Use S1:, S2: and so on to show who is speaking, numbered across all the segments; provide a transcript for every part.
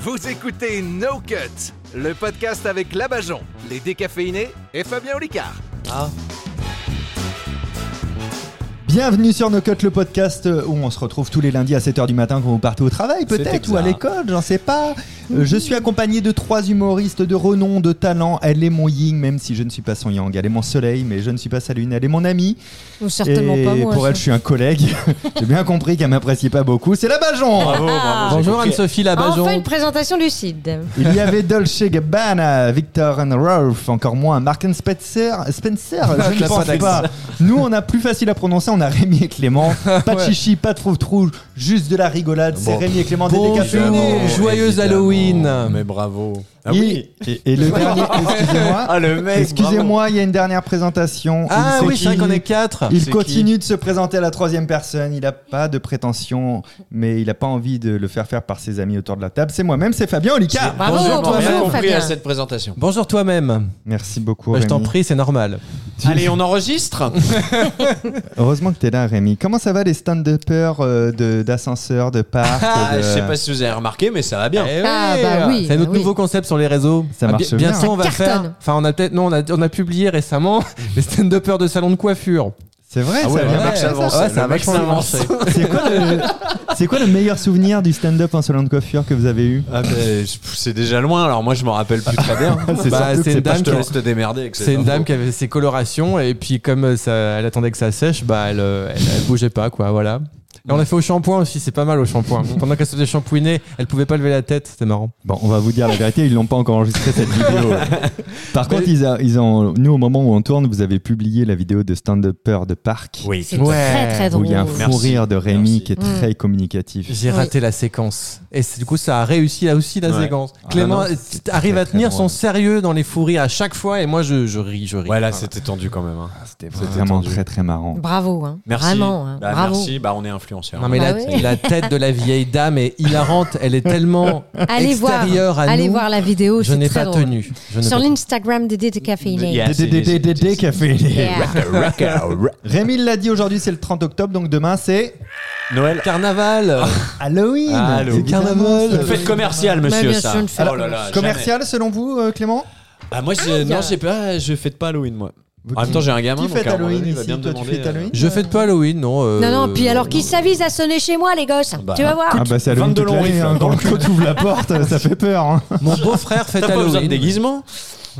S1: Vous écoutez No Cut, le podcast avec Labajon, les décaféinés et Fabien Olicard.
S2: Bienvenue sur No Cut, le podcast où on se retrouve tous les lundis à 7h du matin quand vous partez au travail, peut-être, ou à l'école, j'en sais pas. Euh, Je suis accompagné de trois humoristes de renom, de talent. Elle est mon yin, même si je ne suis pas son yang. Elle est mon soleil, mais je ne suis pas sa lune. Elle est mon amie.
S3: Ou certainement
S2: et
S3: pas moi.
S2: pour
S3: ça.
S2: elle, je suis un collègue. J'ai bien compris qu'elle m'apprécie pas beaucoup. C'est la Bajon
S4: Bonjour Anne-Sophie Labajon.
S3: Enfin Ah, une présentation lucide.
S2: Il y avait Dolce Gabbana, Victor and Rolf, encore moins Mark and Spencer. Spencer, je ne
S4: classe
S2: pense
S4: pas
S2: pas. Nous, on a plus facile à prononcer, on a Rémi et Clément. Pas de chichi, pas de trouve-trouve, juste de la rigolade. C'est Rémi et Clément des décaféinés.
S4: Bonjour, joyeuse Halloween.
S5: Mais bravo.
S4: Ah
S5: Ah,
S2: Et, et- et le dernier, excusez-moi,
S5: le mec.
S2: excusez-moi, il y a une dernière présentation.
S4: Ah
S2: Il
S4: oui,
S2: sait
S4: c'est vrai
S2: qui-
S4: qu'on est quatre.
S2: Il
S5: C'est
S2: continue de se présenter à la troisième personne. Il n'a pas de prétention, mais il n'a pas envie de le faire faire par ses amis autour de la table. C'est moi-même, c'est Fabien Olicard.
S3: Bravo,
S4: Bonjour,
S3: bravo,
S4: Fabien.
S5: compris
S3: Fabien.
S5: à cette présentation.
S4: Bonjour toi-même.
S2: Merci beaucoup.
S4: Bah, je t'en
S2: Rémi.
S4: prie, c'est normal.
S5: Allez, on enregistre
S2: Heureusement que t'es là, Rémi. Comment ça va les stand-uppers euh, de- d'ascenseurs, de, parcs
S5: Ah,
S2: de-
S5: Je sais pas si vous avez remarqué, mais ça va bien.
S4: Eh
S3: Ah,
S4: ouais.
S3: bah oui,
S4: C'est
S3: bah
S4: notre
S3: oui.
S4: nouveau concept sur les réseaux.
S2: Ça
S4: Ah, bi-
S2: marche bien.
S4: Bientôt, on va
S3: Ça cartonne.
S4: faire. Enfin, on a peut-être. Non, on a, on a publié récemment les stand-uppers de salon de coiffure.
S2: C'est vrai, ça a bien
S5: le mec
S2: marché, ça
S5: s'avance.
S4: Ouais, ça a
S5: Le mec
S4: vachement
S5: s'avance.
S4: marché.
S2: C'est quoi, le... c'est quoi le meilleur souvenir du stand-up en salon de coiffure que vous avez eu
S5: Ah, ben, c'est déjà loin, alors moi je m'en rappelle plus très bien.
S2: C'est
S4: Bah,
S2: surtout que
S4: c'est
S2: c'est
S4: une
S2: pas-
S4: dame
S5: je te
S4: qui.
S5: laisse te démerder avec
S4: C'est une dame qui avait ses colorations et puis comme euh, ça, elle attendait que ça sèche, bah elle, euh, elle, elle bougeait pas quoi, voilà. Et on l'a fait au shampoing aussi, c'est pas mal au shampoing. Pendant qu'elle se faisait shampouiner, elle pouvait pas lever la tête, c'était marrant.
S2: Bon, on va vous dire la vérité, ils l'ont pas encore enregistré cette vidéo. Par
S4: Mais-
S2: contre, ils, a- ils ont... nous, au moment où on tourne, vous avez publié la vidéo de stand-upper de parc.
S5: Oui.
S3: C'est
S4: Ouais.
S3: très très
S2: Où
S3: drôle.
S2: il y a un fou
S5: Merci.
S2: rire de Rémi
S5: Merci.
S2: qui est
S3: Mm.
S2: très communicatif.
S4: J'ai
S3: Oui.
S4: raté la séquence. Et c'est- du coup, ça a réussi là aussi la
S5: Ouais.
S4: séquence.
S2: Ah
S4: Clément
S2: non,
S4: euh,
S2: c'est
S4: t- arrive
S2: très,
S4: à
S2: très
S4: tenir son
S2: drôle.
S4: sérieux dans les fous rires à chaque fois et moi je, je ris, je ris.
S5: Ouais, là
S4: Voilà.
S5: c'était tendu quand même. hein.
S2: C'était
S5: C'était
S2: vraiment
S5: tendu.
S2: très très marrant.
S3: Bravo, hein.
S5: Merci.
S3: Vraiment, hein.
S5: Bah,
S3: bravo.
S5: Merci, bah on est influenceurs.
S4: Non mais
S3: Bah
S4: la,
S3: oui.
S4: la tête de la vieille dame est hilarante, elle est tellement
S3: Allez voir,
S4: extérieure à
S3: allez
S4: nous.
S3: voir la vidéo,
S4: je
S3: c'est
S4: n'ai
S3: très
S4: pas
S3: drôle.
S4: tenu. Je ne
S3: Sur
S4: peux-
S3: l'Instagram des décaféinés.
S2: Ah,
S5: Yeah. c'est-
S2: Dédé caféiné.
S3: Yeah.
S2: Rémi l'a dit aujourd'hui, c'est le 30 octobre, donc demain c'est
S5: Noël.
S4: Carnaval.
S2: Halloween.
S5: Ah, Halloween.
S2: C'est carnaval.
S4: Carnaval.
S5: Une fête commerciale,
S3: Bah,
S5: monsieur,
S3: bien
S5: ça.
S3: sûr, une fête
S5: oh là là, jamais.
S2: Commercial selon vous, euh, Clément
S5: Ah, moi, j'ai- non,
S3: yeah.
S5: j'ai pas, je fête pas Halloween, moi.
S2: Vous
S5: En même
S2: qui-
S5: temps, j'ai un gamin.
S2: Qui
S5: donc
S2: fête
S5: à un moment
S2: Halloween
S5: donné, il va
S2: ici
S5: bien me
S2: Toi, tu
S5: demander,
S2: fêtes
S5: euh,
S2: Halloween
S4: Je fête pas Halloween, non. euh,
S3: Non, non, puis alors qui s'avise à sonner chez moi, les gosses
S5: Bah,
S3: Tu vas voir.
S2: Ah bah c'est Halloween
S5: 22
S2: toute
S5: longs
S2: l'année,
S5: riffs,
S2: hein,
S5: là.
S2: Dans le quand tu ouvres la porte, ça fait peur. hein.
S4: Mon beau-frère fête
S5: T'as pas besoin de
S4: Halloween.
S5: déguisement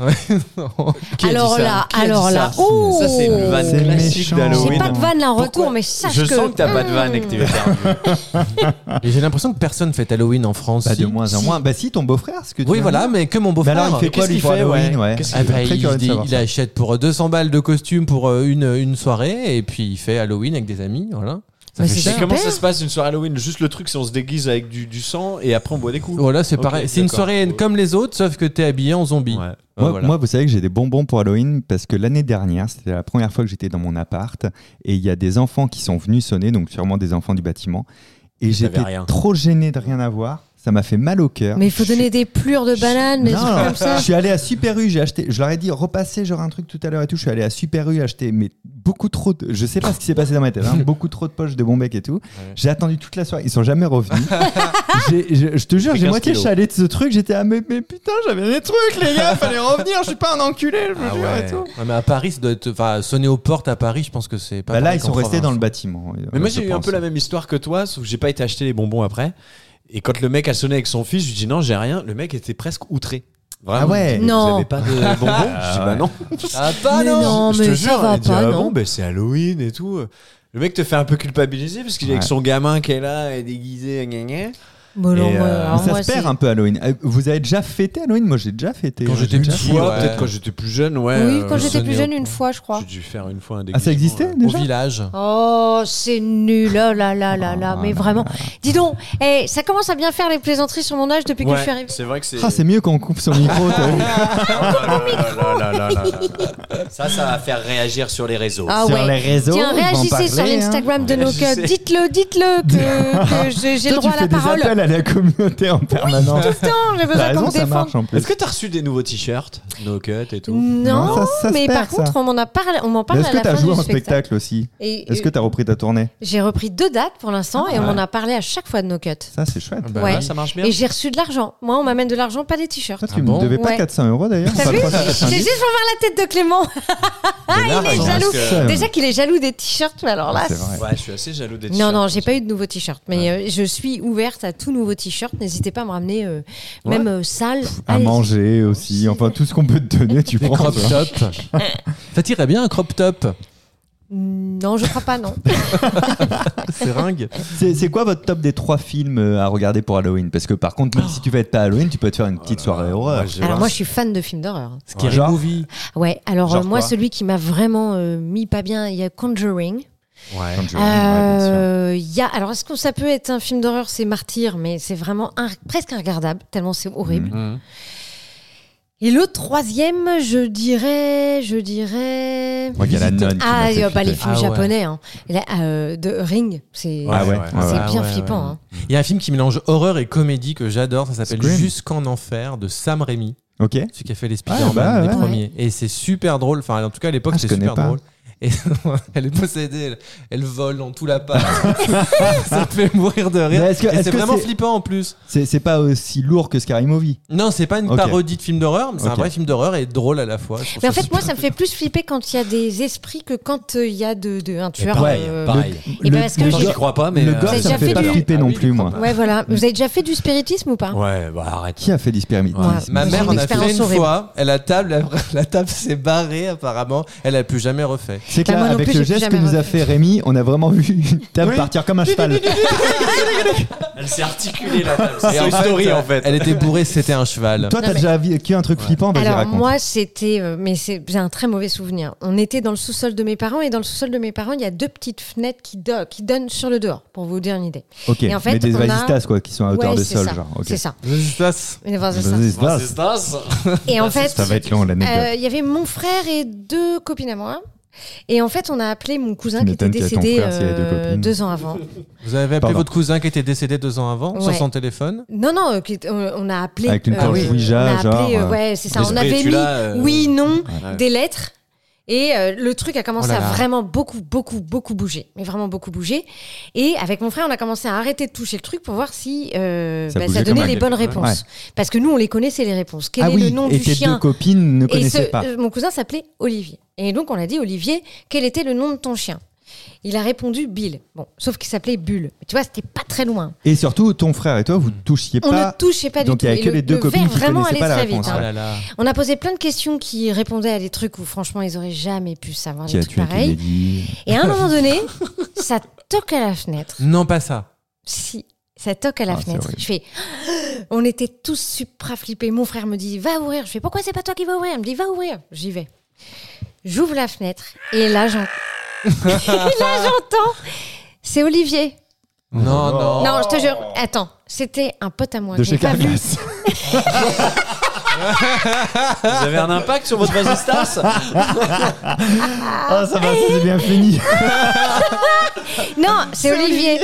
S4: Non.
S5: Qui a
S3: alors
S5: dit ça
S3: là,
S5: Qui a dit
S3: alors
S5: ça
S3: là. Ouh
S5: Ça, c'est le van
S2: C'est
S5: classique
S2: méchant.
S3: J'ai
S5: d'Halloween. Mmh.
S3: pas de vanne là en retour, mais sache
S5: Je
S3: que.
S5: sens que t'as pas de vanne et que t'es perdu.
S4: Et j'ai l'impression que personne fête Halloween en France.
S2: Bah de
S4: Si.
S2: moins en
S4: Si.
S2: moins. Bah si, ton beau-frère, ce que tu
S4: Oui,
S2: m'as
S4: voilà,
S2: dit.
S4: mais que mon
S2: Mais
S4: beau-frère.
S2: alors il fait quoi
S5: qu'est-ce
S2: lui
S5: qu'il
S2: pour
S5: fait,
S2: Halloween
S5: ouais
S2: ouais.
S5: Qu'est-ce
S4: Ah bah,
S2: Très
S4: il,
S2: curieux de
S4: dit-
S2: savoir
S4: il
S2: ça.
S4: achète pour euh, 200 balles de costume pour euh, une, une soirée et puis il fait Halloween avec des amis, voilà. Ça
S3: Mais
S4: fait
S3: c'est
S4: cher.
S3: super.
S5: Comment ça se passe une soirée Halloween Juste le truc, c'est on se déguise avec du, du sang et après on boit des coups.
S4: Voilà, c'est
S5: Ok,
S4: pareil. C'est une
S5: d'accord.
S4: soirée comme les autres, sauf que t'es habillé en zombie.
S5: Ouais.
S4: Euh,
S2: Moi,
S4: voilà.
S2: moi, vous savez que j'ai des bonbons pour Halloween parce que l'année dernière, c'était la première fois que j'étais dans mon appart et il y a des enfants qui sont venus sonner, donc sûrement des enfants du bâtiment. Et
S5: t'avais
S2: j'étais
S5: rien.
S2: trop gêné de rien avoir. Ça m'a fait mal au cœur.
S3: Mais il faut donner des plures de bananes, des
S2: Non,
S3: trucs comme ça.
S2: Je suis allé à Super U, j'ai acheté, je leur ai dit repasser genre un truc tout à l'heure et tout. Je suis allé à Super U acheter mais beaucoup trop de, je sais pas ce qui s'est passé dans ma tête, hein, beaucoup trop de poches de Bombec et tout. J'ai attendu toute la soirée, ils sont jamais revenus. J'ai- je, je te jure,
S5: Fait
S2: j'ai
S5: 15
S2: moitié
S5: kilos.
S2: chalé de ce truc, j'étais ah mais, mais putain, j'avais des trucs les gars, fallait revenir, je suis pas un enculé, je me
S4: Ah
S2: jure
S4: ouais.
S2: et tout.
S4: Ouais, mais à Paris, ça doit être. Enfin, sonner aux portes à Paris, je pense que c'est pas.
S2: Bah là,
S4: pareil
S2: ils sont
S4: qu'en
S2: restés
S4: province.
S2: dans le bâtiment. euh,
S5: Mais moi,
S2: je
S5: j'ai eu un
S2: pense.
S5: peu la même histoire que toi, sauf que j'ai pas été acheter les bonbons après. Et quand le mec a sonné avec son fils, je lui dis non, j'ai rien. Le mec était presque outré. Vraiment.
S2: Ah ouais.
S5: Il me dit,
S3: Non.
S5: Vous avez pas de bonbons Je dis bah non.
S4: Ah, pas
S3: Mais
S4: non,
S3: non.
S5: je
S3: mais
S5: te
S3: ça
S5: jure,
S3: va
S5: il dit,
S3: pas,
S5: ah
S3: non
S5: bon, ben c'est Halloween et tout. Le mec te fait un peu culpabiliser parce qu'il est avec
S2: Ouais.
S5: son gamin qui est là, et déguisé, gna gna.
S3: Bon, non,
S5: Et,
S3: moi,
S5: euh,
S2: Mais
S3: alors
S2: ça
S3: moi,
S2: se perd
S3: c'est-
S2: un peu Halloween. Euh, Vous avez déjà fêté Halloween Moi, j'ai déjà fêté.
S4: Quand
S2: Moi,
S4: j'étais
S2: j'ai déjà
S5: Une
S4: petit,
S2: fêté.
S5: fois,
S4: ouais.
S5: peut-être quand j'étais plus jeune, ouais.
S3: Oui,
S5: euh,
S3: quand j'étais plus
S4: sonner
S3: jeune,
S4: au
S3: une
S4: point.
S3: fois, je crois.
S5: J'ai dû faire une fois un
S2: Ah,
S5: déguisement.
S2: ça existait
S4: Au
S2: déjà
S4: village.
S3: Oh, c'est nul, oh là là là là, mais vraiment. Dis donc, eh, ça commence à bien faire les plaisanteries sur mon âge depuis que je suis
S5: Ouais,
S3: arrivée.
S5: c'est vrai que c'est.
S2: Ah, c'est mieux quand on coupe son micro. t'as vu
S5: Ça, ça va faire réagir sur les réseaux.
S3: Ah
S2: Sur
S3: ouais.
S2: les réseaux,
S3: Tiens,
S2: ils vont en
S3: réagissez
S2: parler, hein.
S3: sur l'Instagram de nos
S5: Réagissez.
S3: Dites-le, dites-le que, que je- j'ai le
S2: Toi,
S3: droit
S2: tu
S3: à
S2: fais
S3: la
S2: des
S3: parole.
S2: appels à la communauté en permanence.
S3: Tout le temps, j'ai
S2: T'as
S3: besoin qu'on
S2: raison, ça
S3: me défende.
S2: marche en plus.
S5: Est-ce que t'as reçu des nouveaux t-shirts No cut et tout
S3: Non,
S2: Non, ça- ça se
S3: mais
S2: perd,
S3: par contre,
S2: ça.
S3: on m'en a parlé, on m'en
S2: Mais
S3: parle
S2: Est-ce
S3: à
S2: que
S3: la
S2: t'as
S3: fin
S2: joué
S3: du
S2: en
S3: spectacle.
S2: spectacle aussi
S3: Et,
S2: Est-ce
S3: euh,
S2: que t'as repris ta tournée
S3: j'ai repris deux dates pour l'instant et on m'en a parlé à chaque fois de nos cuts.
S2: Ça, c'est chouette.
S4: Bah
S3: Ouais.
S4: oui.
S5: Ah Ça marche bien
S3: Et j'ai reçu de l'argent. Moi, on m'amène de l'argent, pas des t-shirts.
S2: Toi, tu
S4: Ah
S2: ne
S4: bon
S2: devais pas
S3: Ouais.
S2: 400 euros d'ailleurs.
S3: T'as
S2: Pas
S3: vu C'est
S2: 390.
S3: juste pour voir la tête de Clément.
S5: Ah,
S3: il est jaloux.
S2: Euh,
S3: Déjà qu'il est jaloux des t-shirts, mais alors là.
S2: C'est vrai.
S5: Ouais, je suis assez jaloux des
S3: Non,
S5: t-shirts.
S3: non, j'ai pas eu de nouveaux t-shirts, mais euh, je suis ouverte à tout nouveau t-shirt. N'hésitez pas à me ramener, euh, même euh, sale.
S2: À
S3: Allez.
S2: manger aussi. Enfin, tout ce qu'on peut te donner, tu
S4: Des
S2: prends.
S4: crop
S2: toi.
S4: top. ça tirait bien un crop top.
S3: Non, je crois pas, non.
S4: C'est ringue.
S2: C'est c'est quoi votre top des trois films euh, à regarder pour Halloween Parce que par contre, même si tu vas être pas Halloween, tu peux te faire une petite soirée horreur.
S3: alors moi, je suis fan de films d'horreur.
S4: Scary
S2: Genre
S4: Movie.
S3: Ouais, alors
S2: Genre
S3: euh, moi,
S2: quoi
S3: celui qui m'a vraiment euh, mis pas bien, il y a Conjuring.
S5: Ouais.
S2: Conjuring, ouais, bien sûr.
S3: Euh, Il y a, alors, est-ce que ça peut être un film d'horreur C'est Martyr, mais c'est vraiment un- presque regardable tellement c'est horrible.
S5: Mhm.
S3: Et le troisième, je dirais, je dirais.
S2: Moi, il y a la nonne. qui m'a
S3: Ah,
S2: fait
S3: euh, bah, les
S2: flipper.
S3: films
S4: Ah ouais.
S3: japonais, hein. Et là, euh, de Ring, c'est
S2: Ah ouais,
S5: Ouais,
S2: ouais,
S5: ouais.
S3: c'est
S2: ouais.
S4: Ah
S3: bien
S4: ouais,
S3: flippant.
S4: ouais.
S3: hein.
S4: Il y a un film qui mélange horreur et comédie que j'adore. Ça s'appelle
S2: Scream.
S4: Jusqu'en Enfer de Sam Raimi,
S2: Ok.
S4: celui qui a fait les
S2: Ah,
S4: Spider-Man,
S2: bah,
S4: les
S2: ouais.
S4: premiers. Et c'est super drôle. Enfin, en tout cas, à l'époque,
S2: Ah, je
S4: c'était
S2: connais
S4: super
S2: pas.
S4: drôle. Et elle est possédée, elle, elle vole dans tout l'appart. ça te fait mourir de rire.
S2: Mais est-ce que-
S4: Et
S2: est-ce
S4: c'est
S2: que
S4: vraiment
S2: c'est-
S4: flippant en plus.
S2: C'est c'est pas aussi lourd que Scary Movie.
S4: Non, c'est pas une
S2: Ok.
S4: parodie de film d'horreur, mais c'est un
S2: Ok.
S4: vrai film d'horreur et drôle à la fois. Je trouve
S3: Mais en
S4: ça
S3: fait, moi,
S4: super
S3: ça me fait plus flipper quand il y a des esprits que quand euh, il y a de, de- un tueur.
S5: pareil,
S3: euh,
S5: pareil.
S3: Et ben, parce que
S2: le
S5: Pourtant,
S3: j'ai-
S5: j'y crois pas, mais.
S2: le
S5: euh,
S2: gosse,
S3: J'ai
S2: ça me
S3: déjà
S2: fait
S3: fait
S2: pas
S3: du-
S2: flipper
S5: Ah
S2: non
S5: oui,
S2: plus, moi.
S5: d'accord.
S3: Ouais, voilà. Vous avez déjà fait du spiritisme ou pas
S5: Ouais, bah arrête.
S2: Qui a fait du Bah, spirit
S5: Ouais.
S4: Ma
S3: C'est
S4: mère
S3: une
S4: en a fait
S3: expérience
S4: une
S3: horrible.
S4: fois. Elle la table, la, la table s'est barrée apparemment. Elle a plus jamais refait.
S2: C'est que
S3: Bah,
S2: là,
S3: moi non
S2: avec le
S3: plus, j'ai plus
S2: geste que
S3: jamais
S2: nous a fait Rémi, on a vraiment vu une table
S5: Oui.
S2: partir comme un cheval.
S5: Elle s'est articulée la table.
S2: Ah,
S4: Et
S5: C'est une story en fait.
S4: Elle était bourrée, c'était un cheval.
S2: Toi, t'as
S3: mais-
S2: déjà vécu un truc flippant, vas-y,
S3: Alors
S2: raconte.
S3: moi c'était, euh, mais c'est j'ai un très mauvais souvenir. On était dans le sous-sol de mes parents et dans le sous-sol de mes parents il y a deux petites fenêtres qui, do- qui donnent sur le dehors pour vous dire une idée.
S2: ok,
S3: et en fait,
S2: mais des
S3: on a-
S2: vasistas, quoi, qui sont à hauteur
S3: Ouais,
S2: de
S3: c'est
S2: sol,
S3: ça,
S2: genre. ok.
S3: C'est ça.
S4: Juste
S3: Mais voilà, c'est ça.
S2: Vasistas.
S3: Et en fait,
S2: Ça va être long, l'anecdote.
S3: euh, il y avait mon frère et deux copines à moi. Et en fait, on a appelé mon cousin
S2: Tu
S3: qui était
S2: m'étonnes qu'il y a ton
S3: décédé
S2: frère s'il y a deux
S3: euh,
S2: copines.
S3: deux ans avant.
S4: Vous avez appelé
S2: Pardon.
S4: votre cousin qui était décédé deux ans avant sur
S3: Ouais.
S4: son téléphone.
S3: Non, non, euh, qui est- euh, on a appelé.
S2: Avec une
S3: euh,
S2: planche
S3: oui,
S2: Ouija,
S3: on a appelé,
S2: genre,
S3: euh,
S2: euh,
S3: ouais, c'est ça. On
S5: esprit,
S3: avait
S5: tu
S3: mis
S5: l'as, euh,
S3: oui, non,
S5: ouais.
S3: des lettres. Et euh, le truc a commencé
S4: Oh là là.
S3: à vraiment beaucoup, beaucoup, beaucoup bouger. Mais vraiment beaucoup bouger. Et avec mon frère, on a commencé à arrêter de toucher le truc pour voir si euh,
S2: Ça
S3: bah, ça,
S2: bougeait
S3: donnait
S2: comme un
S3: les
S2: guêpe.
S3: bonnes réponses. Parce que nous, on les connaissait, les réponses. Quel
S2: Ah
S3: est
S2: oui,
S3: le nom
S2: et
S3: du
S2: tes
S3: chien
S2: deux copines ne
S3: et
S2: connaissaient
S3: ce-
S2: pas.
S3: euh, mon cousin s'appelait Olivier. Et donc, on a dit, Olivier, quel était le nom de ton chien Il a répondu Bill. Bon, sauf qu'il s'appelait Bulle. Mais tu vois, c'était pas très loin.
S2: Et surtout, ton frère et toi, vous touchiez
S3: On
S2: pas.
S3: ne touchait pas du
S2: donc
S3: tout.
S2: il y avait
S3: Et
S2: que
S3: le-
S2: les deux
S3: le
S2: copines
S3: verre
S2: qui
S3: vraiment
S2: connaissaient
S3: allait
S2: pas la
S3: très
S2: réponse,
S3: vite. hein.
S2: ouais.
S4: Oh là.
S3: On a posé plein de questions qui répondaient à des trucs où, franchement, ils auraient jamais pu savoir
S2: Qui
S3: des
S2: a
S3: trucs
S2: tué
S3: pareils.
S2: Kennedy
S3: Et à un moment donné, ça toque à la fenêtre.
S4: Non, pas ça.
S3: Si, ça toque à la
S2: Ah, c'est
S3: fenêtre.
S2: horrible.
S3: Je fais. On était tous supra flippés. Mon frère me dit Va ouvrir. Je fais Pourquoi c'est pas toi qui vas ouvrir Il me dit Va ouvrir. J'y vais. J'ouvre la fenêtre et là j'entends. et là j'entends. C'est Olivier.
S4: Non, non.
S3: Non, je te jure. Attends, c'était un pote à moi.
S2: De
S3: que
S2: chez
S3: j'ai pas vu.
S2: Carglass.
S5: Vous avez un impact sur votre vasistas
S2: Ah, ça va, ça c'est bien fini.
S3: Non, c'est Olivier.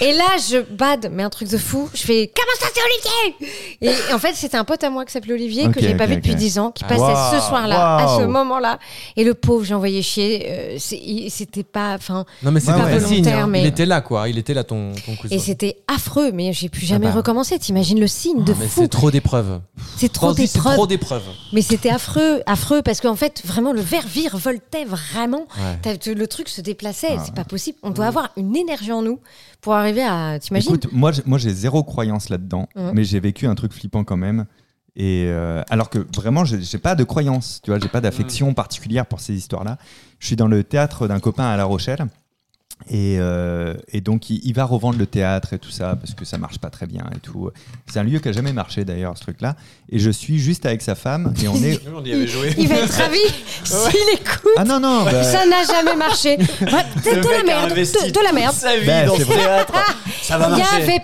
S3: Et là, je bade, mais un truc de fou. Je fais Comment ça, c'est Olivier Et en fait, c'était un pote à moi qui s'appelait Olivier,
S2: Ok,
S3: que j'ai pas
S2: ok,
S3: vu depuis
S2: ok.
S3: 10 ans, qui
S4: Ah.
S3: passait
S2: Waouh,
S3: ce soir-là, à ce
S2: waouh.
S3: moment-là. Et le pauvre, j'ai envoyé chier. euh, c'est- il- c'était pas. Enfin,
S4: Non, mais c'est
S2: Ouais,
S4: pas
S2: ouais.
S4: un signe.
S3: Volontaire,
S4: hein.
S3: mais-
S4: Il était là, quoi. Il était là, ton, ton cousin.
S3: et c'était affreux, mais j'ai plus jamais
S4: Ah bah. Ah,
S3: recommencer. T'imagines le signe de
S4: Mais
S3: fou.
S4: c'est trop d'épreuves.
S3: C'est trop
S4: Francis, c'est
S3: d'épreuves.
S4: trop d'épreuves.
S3: Mais c'était affreux, affreux, parce qu'en fait, vraiment, le verre virevoltait vraiment.
S4: Ouais.
S3: T'as- tu- Le truc se déplaçait.
S4: Ah.
S3: c'est pas possible. On doit avoir une énergie en nous pour arriver à. T'imagines
S2: Écoute, moi, j'ai- moi j'ai zéro croyance là-dedans,
S5: Mm.
S3: Mhm.
S2: mais j'ai vécu un truc flippant quand même. Et euh, alors que vraiment, j'ai j'ai pas de croyance, tu vois, j'ai pas d'affection
S5: Mm.
S2: particulière pour ces histoires-là. Je suis dans le théâtre d'un copain à La Rochelle. Et, euh, et donc, il, il va revendre le théâtre et tout ça parce que ça marche pas très bien et tout. C'est un lieu qui a jamais marché d'ailleurs, ce truc-là. Et je suis juste avec sa femme et on est.
S5: On y avait joué.
S3: Il va être ravi s'il écoute.
S2: Ah non, non! bah,
S3: Ça n'a jamais marché. Ouais,
S5: Le
S3: de,
S5: mec
S3: la
S5: a
S3: merde,
S5: investi
S3: de, de la merde.
S5: toute Sa vie
S2: Bah,
S5: dans
S2: c'est
S5: ce
S2: vrai.
S5: théâtre. Ça va
S3: Il n'y
S5: marcher.
S3: avait
S2: Il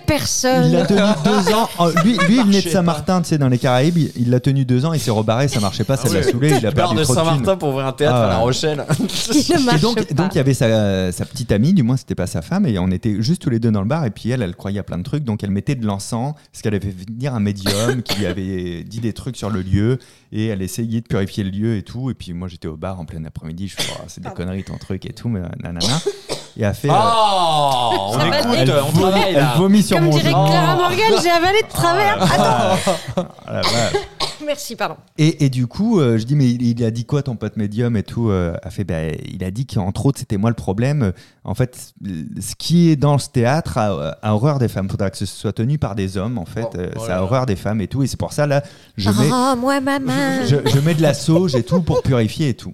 S2: l'a
S3: personne.
S2: tenu deux ans. Oh, lui, lui, il venait de
S5: euh, marchait
S2: Saint-Martin, tu sais, dans les Caraïbes. il- Il l'a tenu deux ans, il s'est rebarré, ça marchait pas, ça
S5: Ah
S2: l'a
S5: ouais.
S2: saoulé, il a
S5: Barre
S2: perdu
S5: de
S2: trop de thunes.
S5: Saint-Martin pour ouvrir un théâtre
S2: Ah
S5: à La
S2: ouais.
S5: Rochelle.
S3: Il ne
S2: Et
S3: marche
S2: donc,
S3: pas.
S2: donc il y avait sa, sa petite amie famille, du moins c'était pas sa femme, et on était juste tous les deux dans le bar, et puis elle, elle croyait à plein de trucs, donc elle mettait de l'encens, parce qu'elle avait fait venir un médium qui lui avait dit des trucs sur le lieu, et elle essayait de purifier le lieu et tout, et puis moi j'étais au bar en plein après-midi, je suis c'est des conneries ton truc et tout, mais euh, nanana. Et elle fait... euh,
S5: Oh On
S3: Ça va,
S5: écoute,
S3: elle
S5: on travaille
S2: elle
S5: là.
S2: vomit sur
S3: Comme
S2: mon jeu.
S3: dirait Clara Morgan, j'ai avalé de travers. Attends,
S2: Ah, Oh. la vache.
S3: merci, pardon.
S2: Et, et du coup, euh, je dis, mais il, il a dit quoi ton pote médium et tout euh, a fait, bah, Il a dit qu'entre autres, c'était moi le problème. Euh, En fait, ce qui est dans ce théâtre a, euh, a horreur des femmes. faudra que ce soit tenu par des hommes, en fait.
S5: Oh,
S2: Euh,
S5: oh
S2: ça
S5: là
S2: a
S5: là.
S2: horreur des femmes et tout. Et c'est pour ça, là, je mets,
S3: Oh, moi, ma main.
S2: je, je mets de la sauge et tout pour purifier et tout.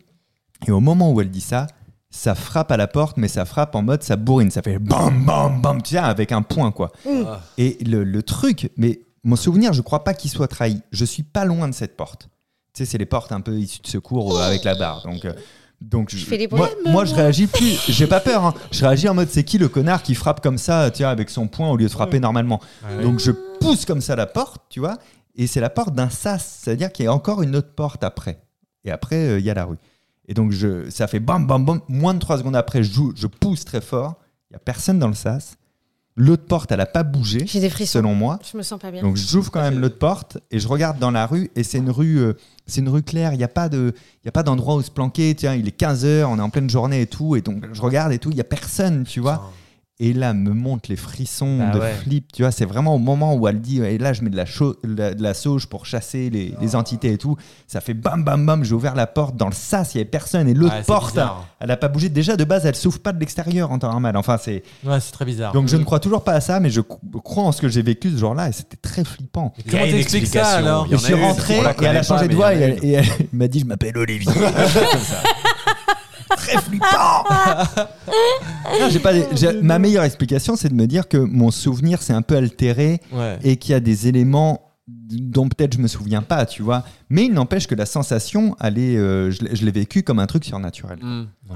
S2: Et au moment où elle dit ça, ça frappe à la porte, mais ça frappe en mode ça bourrine. Ça fait bam, bam, bam, tiens, avec un point, quoi.
S3: Mm.
S5: Ah.
S2: Et le, le truc, mais mon souvenir, je crois pas qu'il soit trahi. Je suis pas loin de cette porte. Tu sais, c'est les portes un peu issues de secours euh, avec la barre. Donc. euh, donc
S3: Je fais des
S2: moi,
S3: problèmes, euh,
S2: moi, je
S3: moi.
S2: réagis plus, j'ai pas peur, hein. je réagis en mode c'est qui le connard qui frappe comme ça, tiens, avec son poing au lieu de frapper normalement.
S4: Ouais.
S2: Donc je pousse comme ça la porte, tu vois, et c'est la porte d'un sas, c'est-à-dire qu'il y a encore une autre porte après. Et après, euh, il y a la rue. Et donc, je, ça fait bam, bam, bam. Moins de trois secondes après, je, joue- je pousse très fort. Il n'y a personne dans le sas. L'autre porte, elle n'a pas bougé,
S3: J'ai des frissons.
S2: selon moi.
S3: Je me sens pas bien.
S2: Donc, j'ouvre quand même l'autre porte et je regarde dans la rue. Et c'est une rue, euh, c'est une rue claire. Il n'y a pas de, il y a pas d'endroit où se planquer. Tiens, il est 15 h on est en pleine journée et tout. Et donc, je regarde et tout. Il n'y a personne, tu vois. Et là, me montent les frissons
S4: Ah
S2: de
S4: ouais.
S2: flip. Tu vois, c'est vraiment au moment où elle dit Et là, je mets de la, chau- de la- de la sauge pour chasser les,
S4: Oh.
S2: les entités et tout. Ça fait bam, bam, bam. J'ai ouvert la porte dans le sas. Il n'y avait personne. Et l'autre
S4: Ouais, c'est
S2: porte,
S4: bizarre.
S2: elle n'a pas bougé. Déjà, de base, elle s'ouvre pas de l'extérieur en temps normal. Enfin, c'est.
S4: Ouais, c'est très bizarre.
S2: Donc, je ne crois toujours pas à ça, mais je cou- crois en ce que j'ai vécu ce jour-là. Et c'était très flippant.
S4: Et comment t'expliques ça alors
S2: Et je suis rentré et elle a changé de voix et elle, et elle m'a dit Je m'appelle Olivier. Comme ça. Très flippant Non, j'ai pas, j'ai- Ma meilleure explication, c'est de me dire que mon souvenir s'est un peu altéré
S4: Ouais.
S2: et qu'il y a des éléments dont peut-être je me souviens pas, tu vois. Mais il n'empêche que la sensation, elle est, euh, je l'ai- je l'ai vécue comme un truc surnaturel.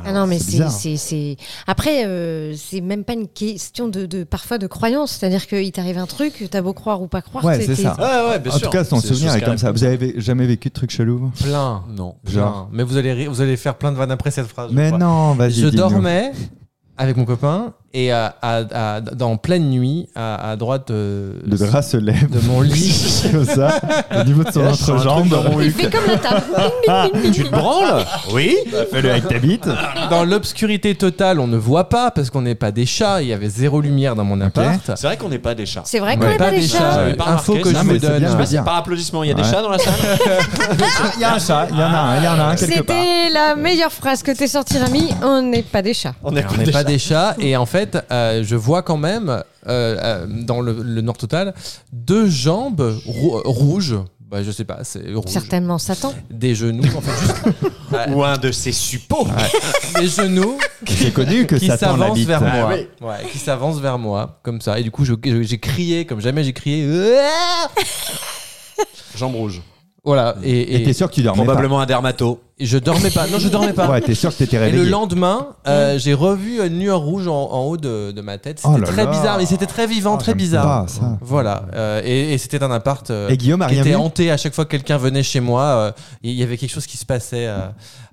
S3: Ah non, mais
S2: C'est
S3: c'est.
S2: bizarre.
S3: c'est- c'est- Après, euh, c'est même pas une question de, de- parfois de croyance. C'est-à-dire qu'il t'arrive un truc, t'as beau croire ou pas croire.
S2: Ouais,
S3: t'es-
S2: c'est
S3: t'es-
S2: ça.
S5: Ouais, ouais, bien
S2: en
S5: sûr.
S2: tout cas, ton
S5: C'est des
S2: souvenir
S5: choses
S2: est comme
S5: qui
S2: ça. Vous avez jamais vécu de trucs chelous vous
S4: Plein. Plein.
S5: arrivent. Non.
S4: Mais vous allez rire- vous allez faire plein de vannes après cette phrase. je
S2: Mais
S4: crois.
S2: non, vas-y.
S4: Je
S2: dis-nous.
S4: dormais avec mon copain et euh, à- à- dans pleine nuit, à, à droite euh,
S2: Le drap se lève.
S4: de mon lit.
S2: comme ça, au niveau de son
S5: je sens un
S2: entrejambe.
S5: truc dans mon
S3: Il fait comme la table.
S5: Tu te branles Oui.
S2: Fais-le avec ta bite.
S4: Ah. Dans l'obscurité totale, on ne voit pas parce qu'on n'est pas des chats. Il y avait zéro lumière dans mon appart.
S5: C'est vrai qu'on n'est pas des chats.
S3: C'est vrai qu'on
S2: Ouais.
S3: n'est pas des chats.
S5: J'avais pas
S4: Info
S5: remarqué,
S4: que
S5: ça.
S4: je
S2: Non,
S4: vous
S2: mais c'est bien,
S4: donne.
S2: je vais
S5: Ah, c'est
S2: dire.
S5: Par applaudissement, il y a des
S2: Ouais.
S5: chats dans la salle
S2: Il y a un chat, il y en a un, il y en a un quelque part.
S3: C'était la meilleure phrase que t'es sortie, Rami. On n'est pas des chats.
S5: On n'est
S4: On n'est pas des chats et en fait, euh, je vois quand même euh, euh, dans le, le noir total deux jambes rou- rouges. Bah, je sais pas, c'est rouge.
S3: Certainement Satan.
S4: Des genoux, en fait, juste
S5: Ou un de ces suppôts.
S4: des genoux
S2: C'est connu que
S4: qui
S2: ça tend la
S4: s'avancent
S2: bite.
S4: vers moi.
S5: Ah oui.
S4: Ouais, qui s'avancent vers moi comme ça. Et du coup, je- je- j'ai crié comme jamais j'ai crié. Ouah
S5: Jambes rouges.
S4: Voilà. Et,
S2: Et
S4: et-
S2: t'es sûr que tu dormais
S5: Probablement un dermato.
S4: et je dormais pas. Non, je dormais
S2: pas
S4: pas.
S2: Ouais, t'es sûr que t'étais
S4: Et le
S2: réveillé.
S4: lendemain, euh, j'ai revu une lueur rouge en, en haut de, de ma tête. C'était
S2: Oh là
S4: très
S2: là.
S4: bizarre, mais c'était très vivant,
S2: Ah,
S4: très
S2: j'aime
S4: bizarre.
S2: pas ça.
S4: Voilà. Euh, et et c'était un appart euh,
S2: Et Guillaume a
S4: qui
S2: rien
S4: était
S2: vu.
S4: hanté. À chaque fois que quelqu'un venait chez moi, euh, il y avait quelque chose qui se passait euh,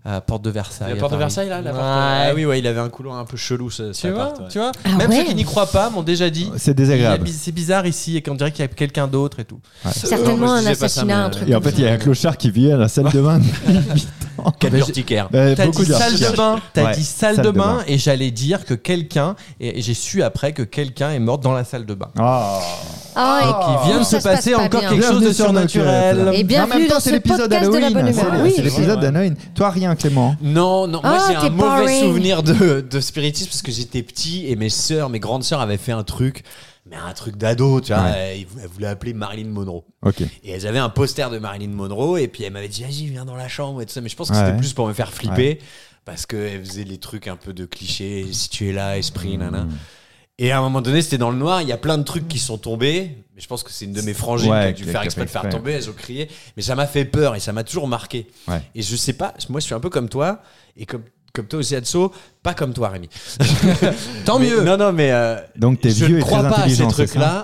S4: à Porte de Versailles.
S5: La
S4: à
S5: porte de
S4: Paris.
S5: Versailles, là la porte-
S4: Ouais.
S5: Ah oui, ouais, il avait un couloir un peu chelou, ce,
S4: Tu
S5: cet
S4: vois,
S5: appart, ouais.
S4: tu vois
S3: Ah
S4: Même
S3: ouais.
S4: ceux qui n'y croient pas m'ont déjà dit.
S2: C'est
S4: il y a
S2: désagréable.
S4: bi- C'est bizarre ici et qu'on dirait qu'il y a quelqu'un d'autre et tout.
S5: Non,
S3: Certainement
S5: moi, je
S3: un
S5: disais pas ça,
S3: assassinat,
S5: mais-
S3: un truc.
S2: Et en
S3: comme
S2: fait,
S3: ça.
S2: il y a un clochard qui vit à la salle de bain.
S5: Quel urticaire.
S2: Euh,
S4: T'as
S2: Beaucoup
S4: dit
S2: de
S4: salle de bain, t'as
S2: Ouais,
S4: dit salle, de, bain, et j'allais dire que quelqu'un, et et j'ai su après que quelqu'un est mort dans la salle de bain.
S2: Ah.
S3: Ah,
S4: Donc il vient de se
S3: Ça se passe
S4: passer
S3: pas
S4: encore
S3: bien.
S4: quelque chose de
S2: Bienvenue sur notre
S4: surnaturel.
S2: planète. En
S3: Et
S2: même
S3: bienvenue
S2: temps,
S3: dans
S2: c'est
S3: ce
S2: l'épisode
S3: podcast de la
S2: d'Halloween.
S3: bonne humeur.
S2: C'est
S3: Oui.
S2: c'est l'épisode d'Halloween. Toi, rien, Clément.
S5: Non, non, moi
S3: Ah,
S5: j'ai
S3: t'es
S5: un mauvais
S3: boring.
S5: souvenir de, de spiritisme parce que j'étais petit et mes sœurs, mes grandes sœurs avaient fait un truc, mais un truc d'ado, tu vois. Elles, elles voulaient appeler Marilyn Monroe.
S2: Ok.
S5: Et elles avaient un poster de Marilyn Monroe et puis elles m'avaient dit, vas-y, viens dans la chambre et tout ça. Mais je pense que
S2: Ouais.
S5: c'était plus pour me faire flipper parce qu'elles faisaient les trucs un peu de clichés, si tu es là, esprit,
S2: Hmm.
S5: nana. Et à un moment donné, c'était dans le noir, il y a plein de trucs qui sont tombés. Mais je pense que c'est une de mes frangines
S2: Ouais,
S5: qui a
S2: qui
S5: dû
S2: a-
S5: faire
S2: qui a
S5: exprès de
S2: fait
S5: faire
S2: exprès.
S5: tomber, elles ont crié. Mais ça m'a fait peur et ça m'a toujours marqué.
S2: Ouais.
S5: Et je sais pas, moi je suis un peu comme toi, et comme, comme toi aussi, Adso, pas comme toi, Rémi.
S4: Tant
S5: Mais-
S4: mieux.
S5: Non, non, mais. euh,
S2: Donc, t'es
S5: je
S2: vieux
S5: ne
S2: et
S5: crois
S2: très
S5: pas à ces
S2: intelligent. c'est ça
S5: trucs-là.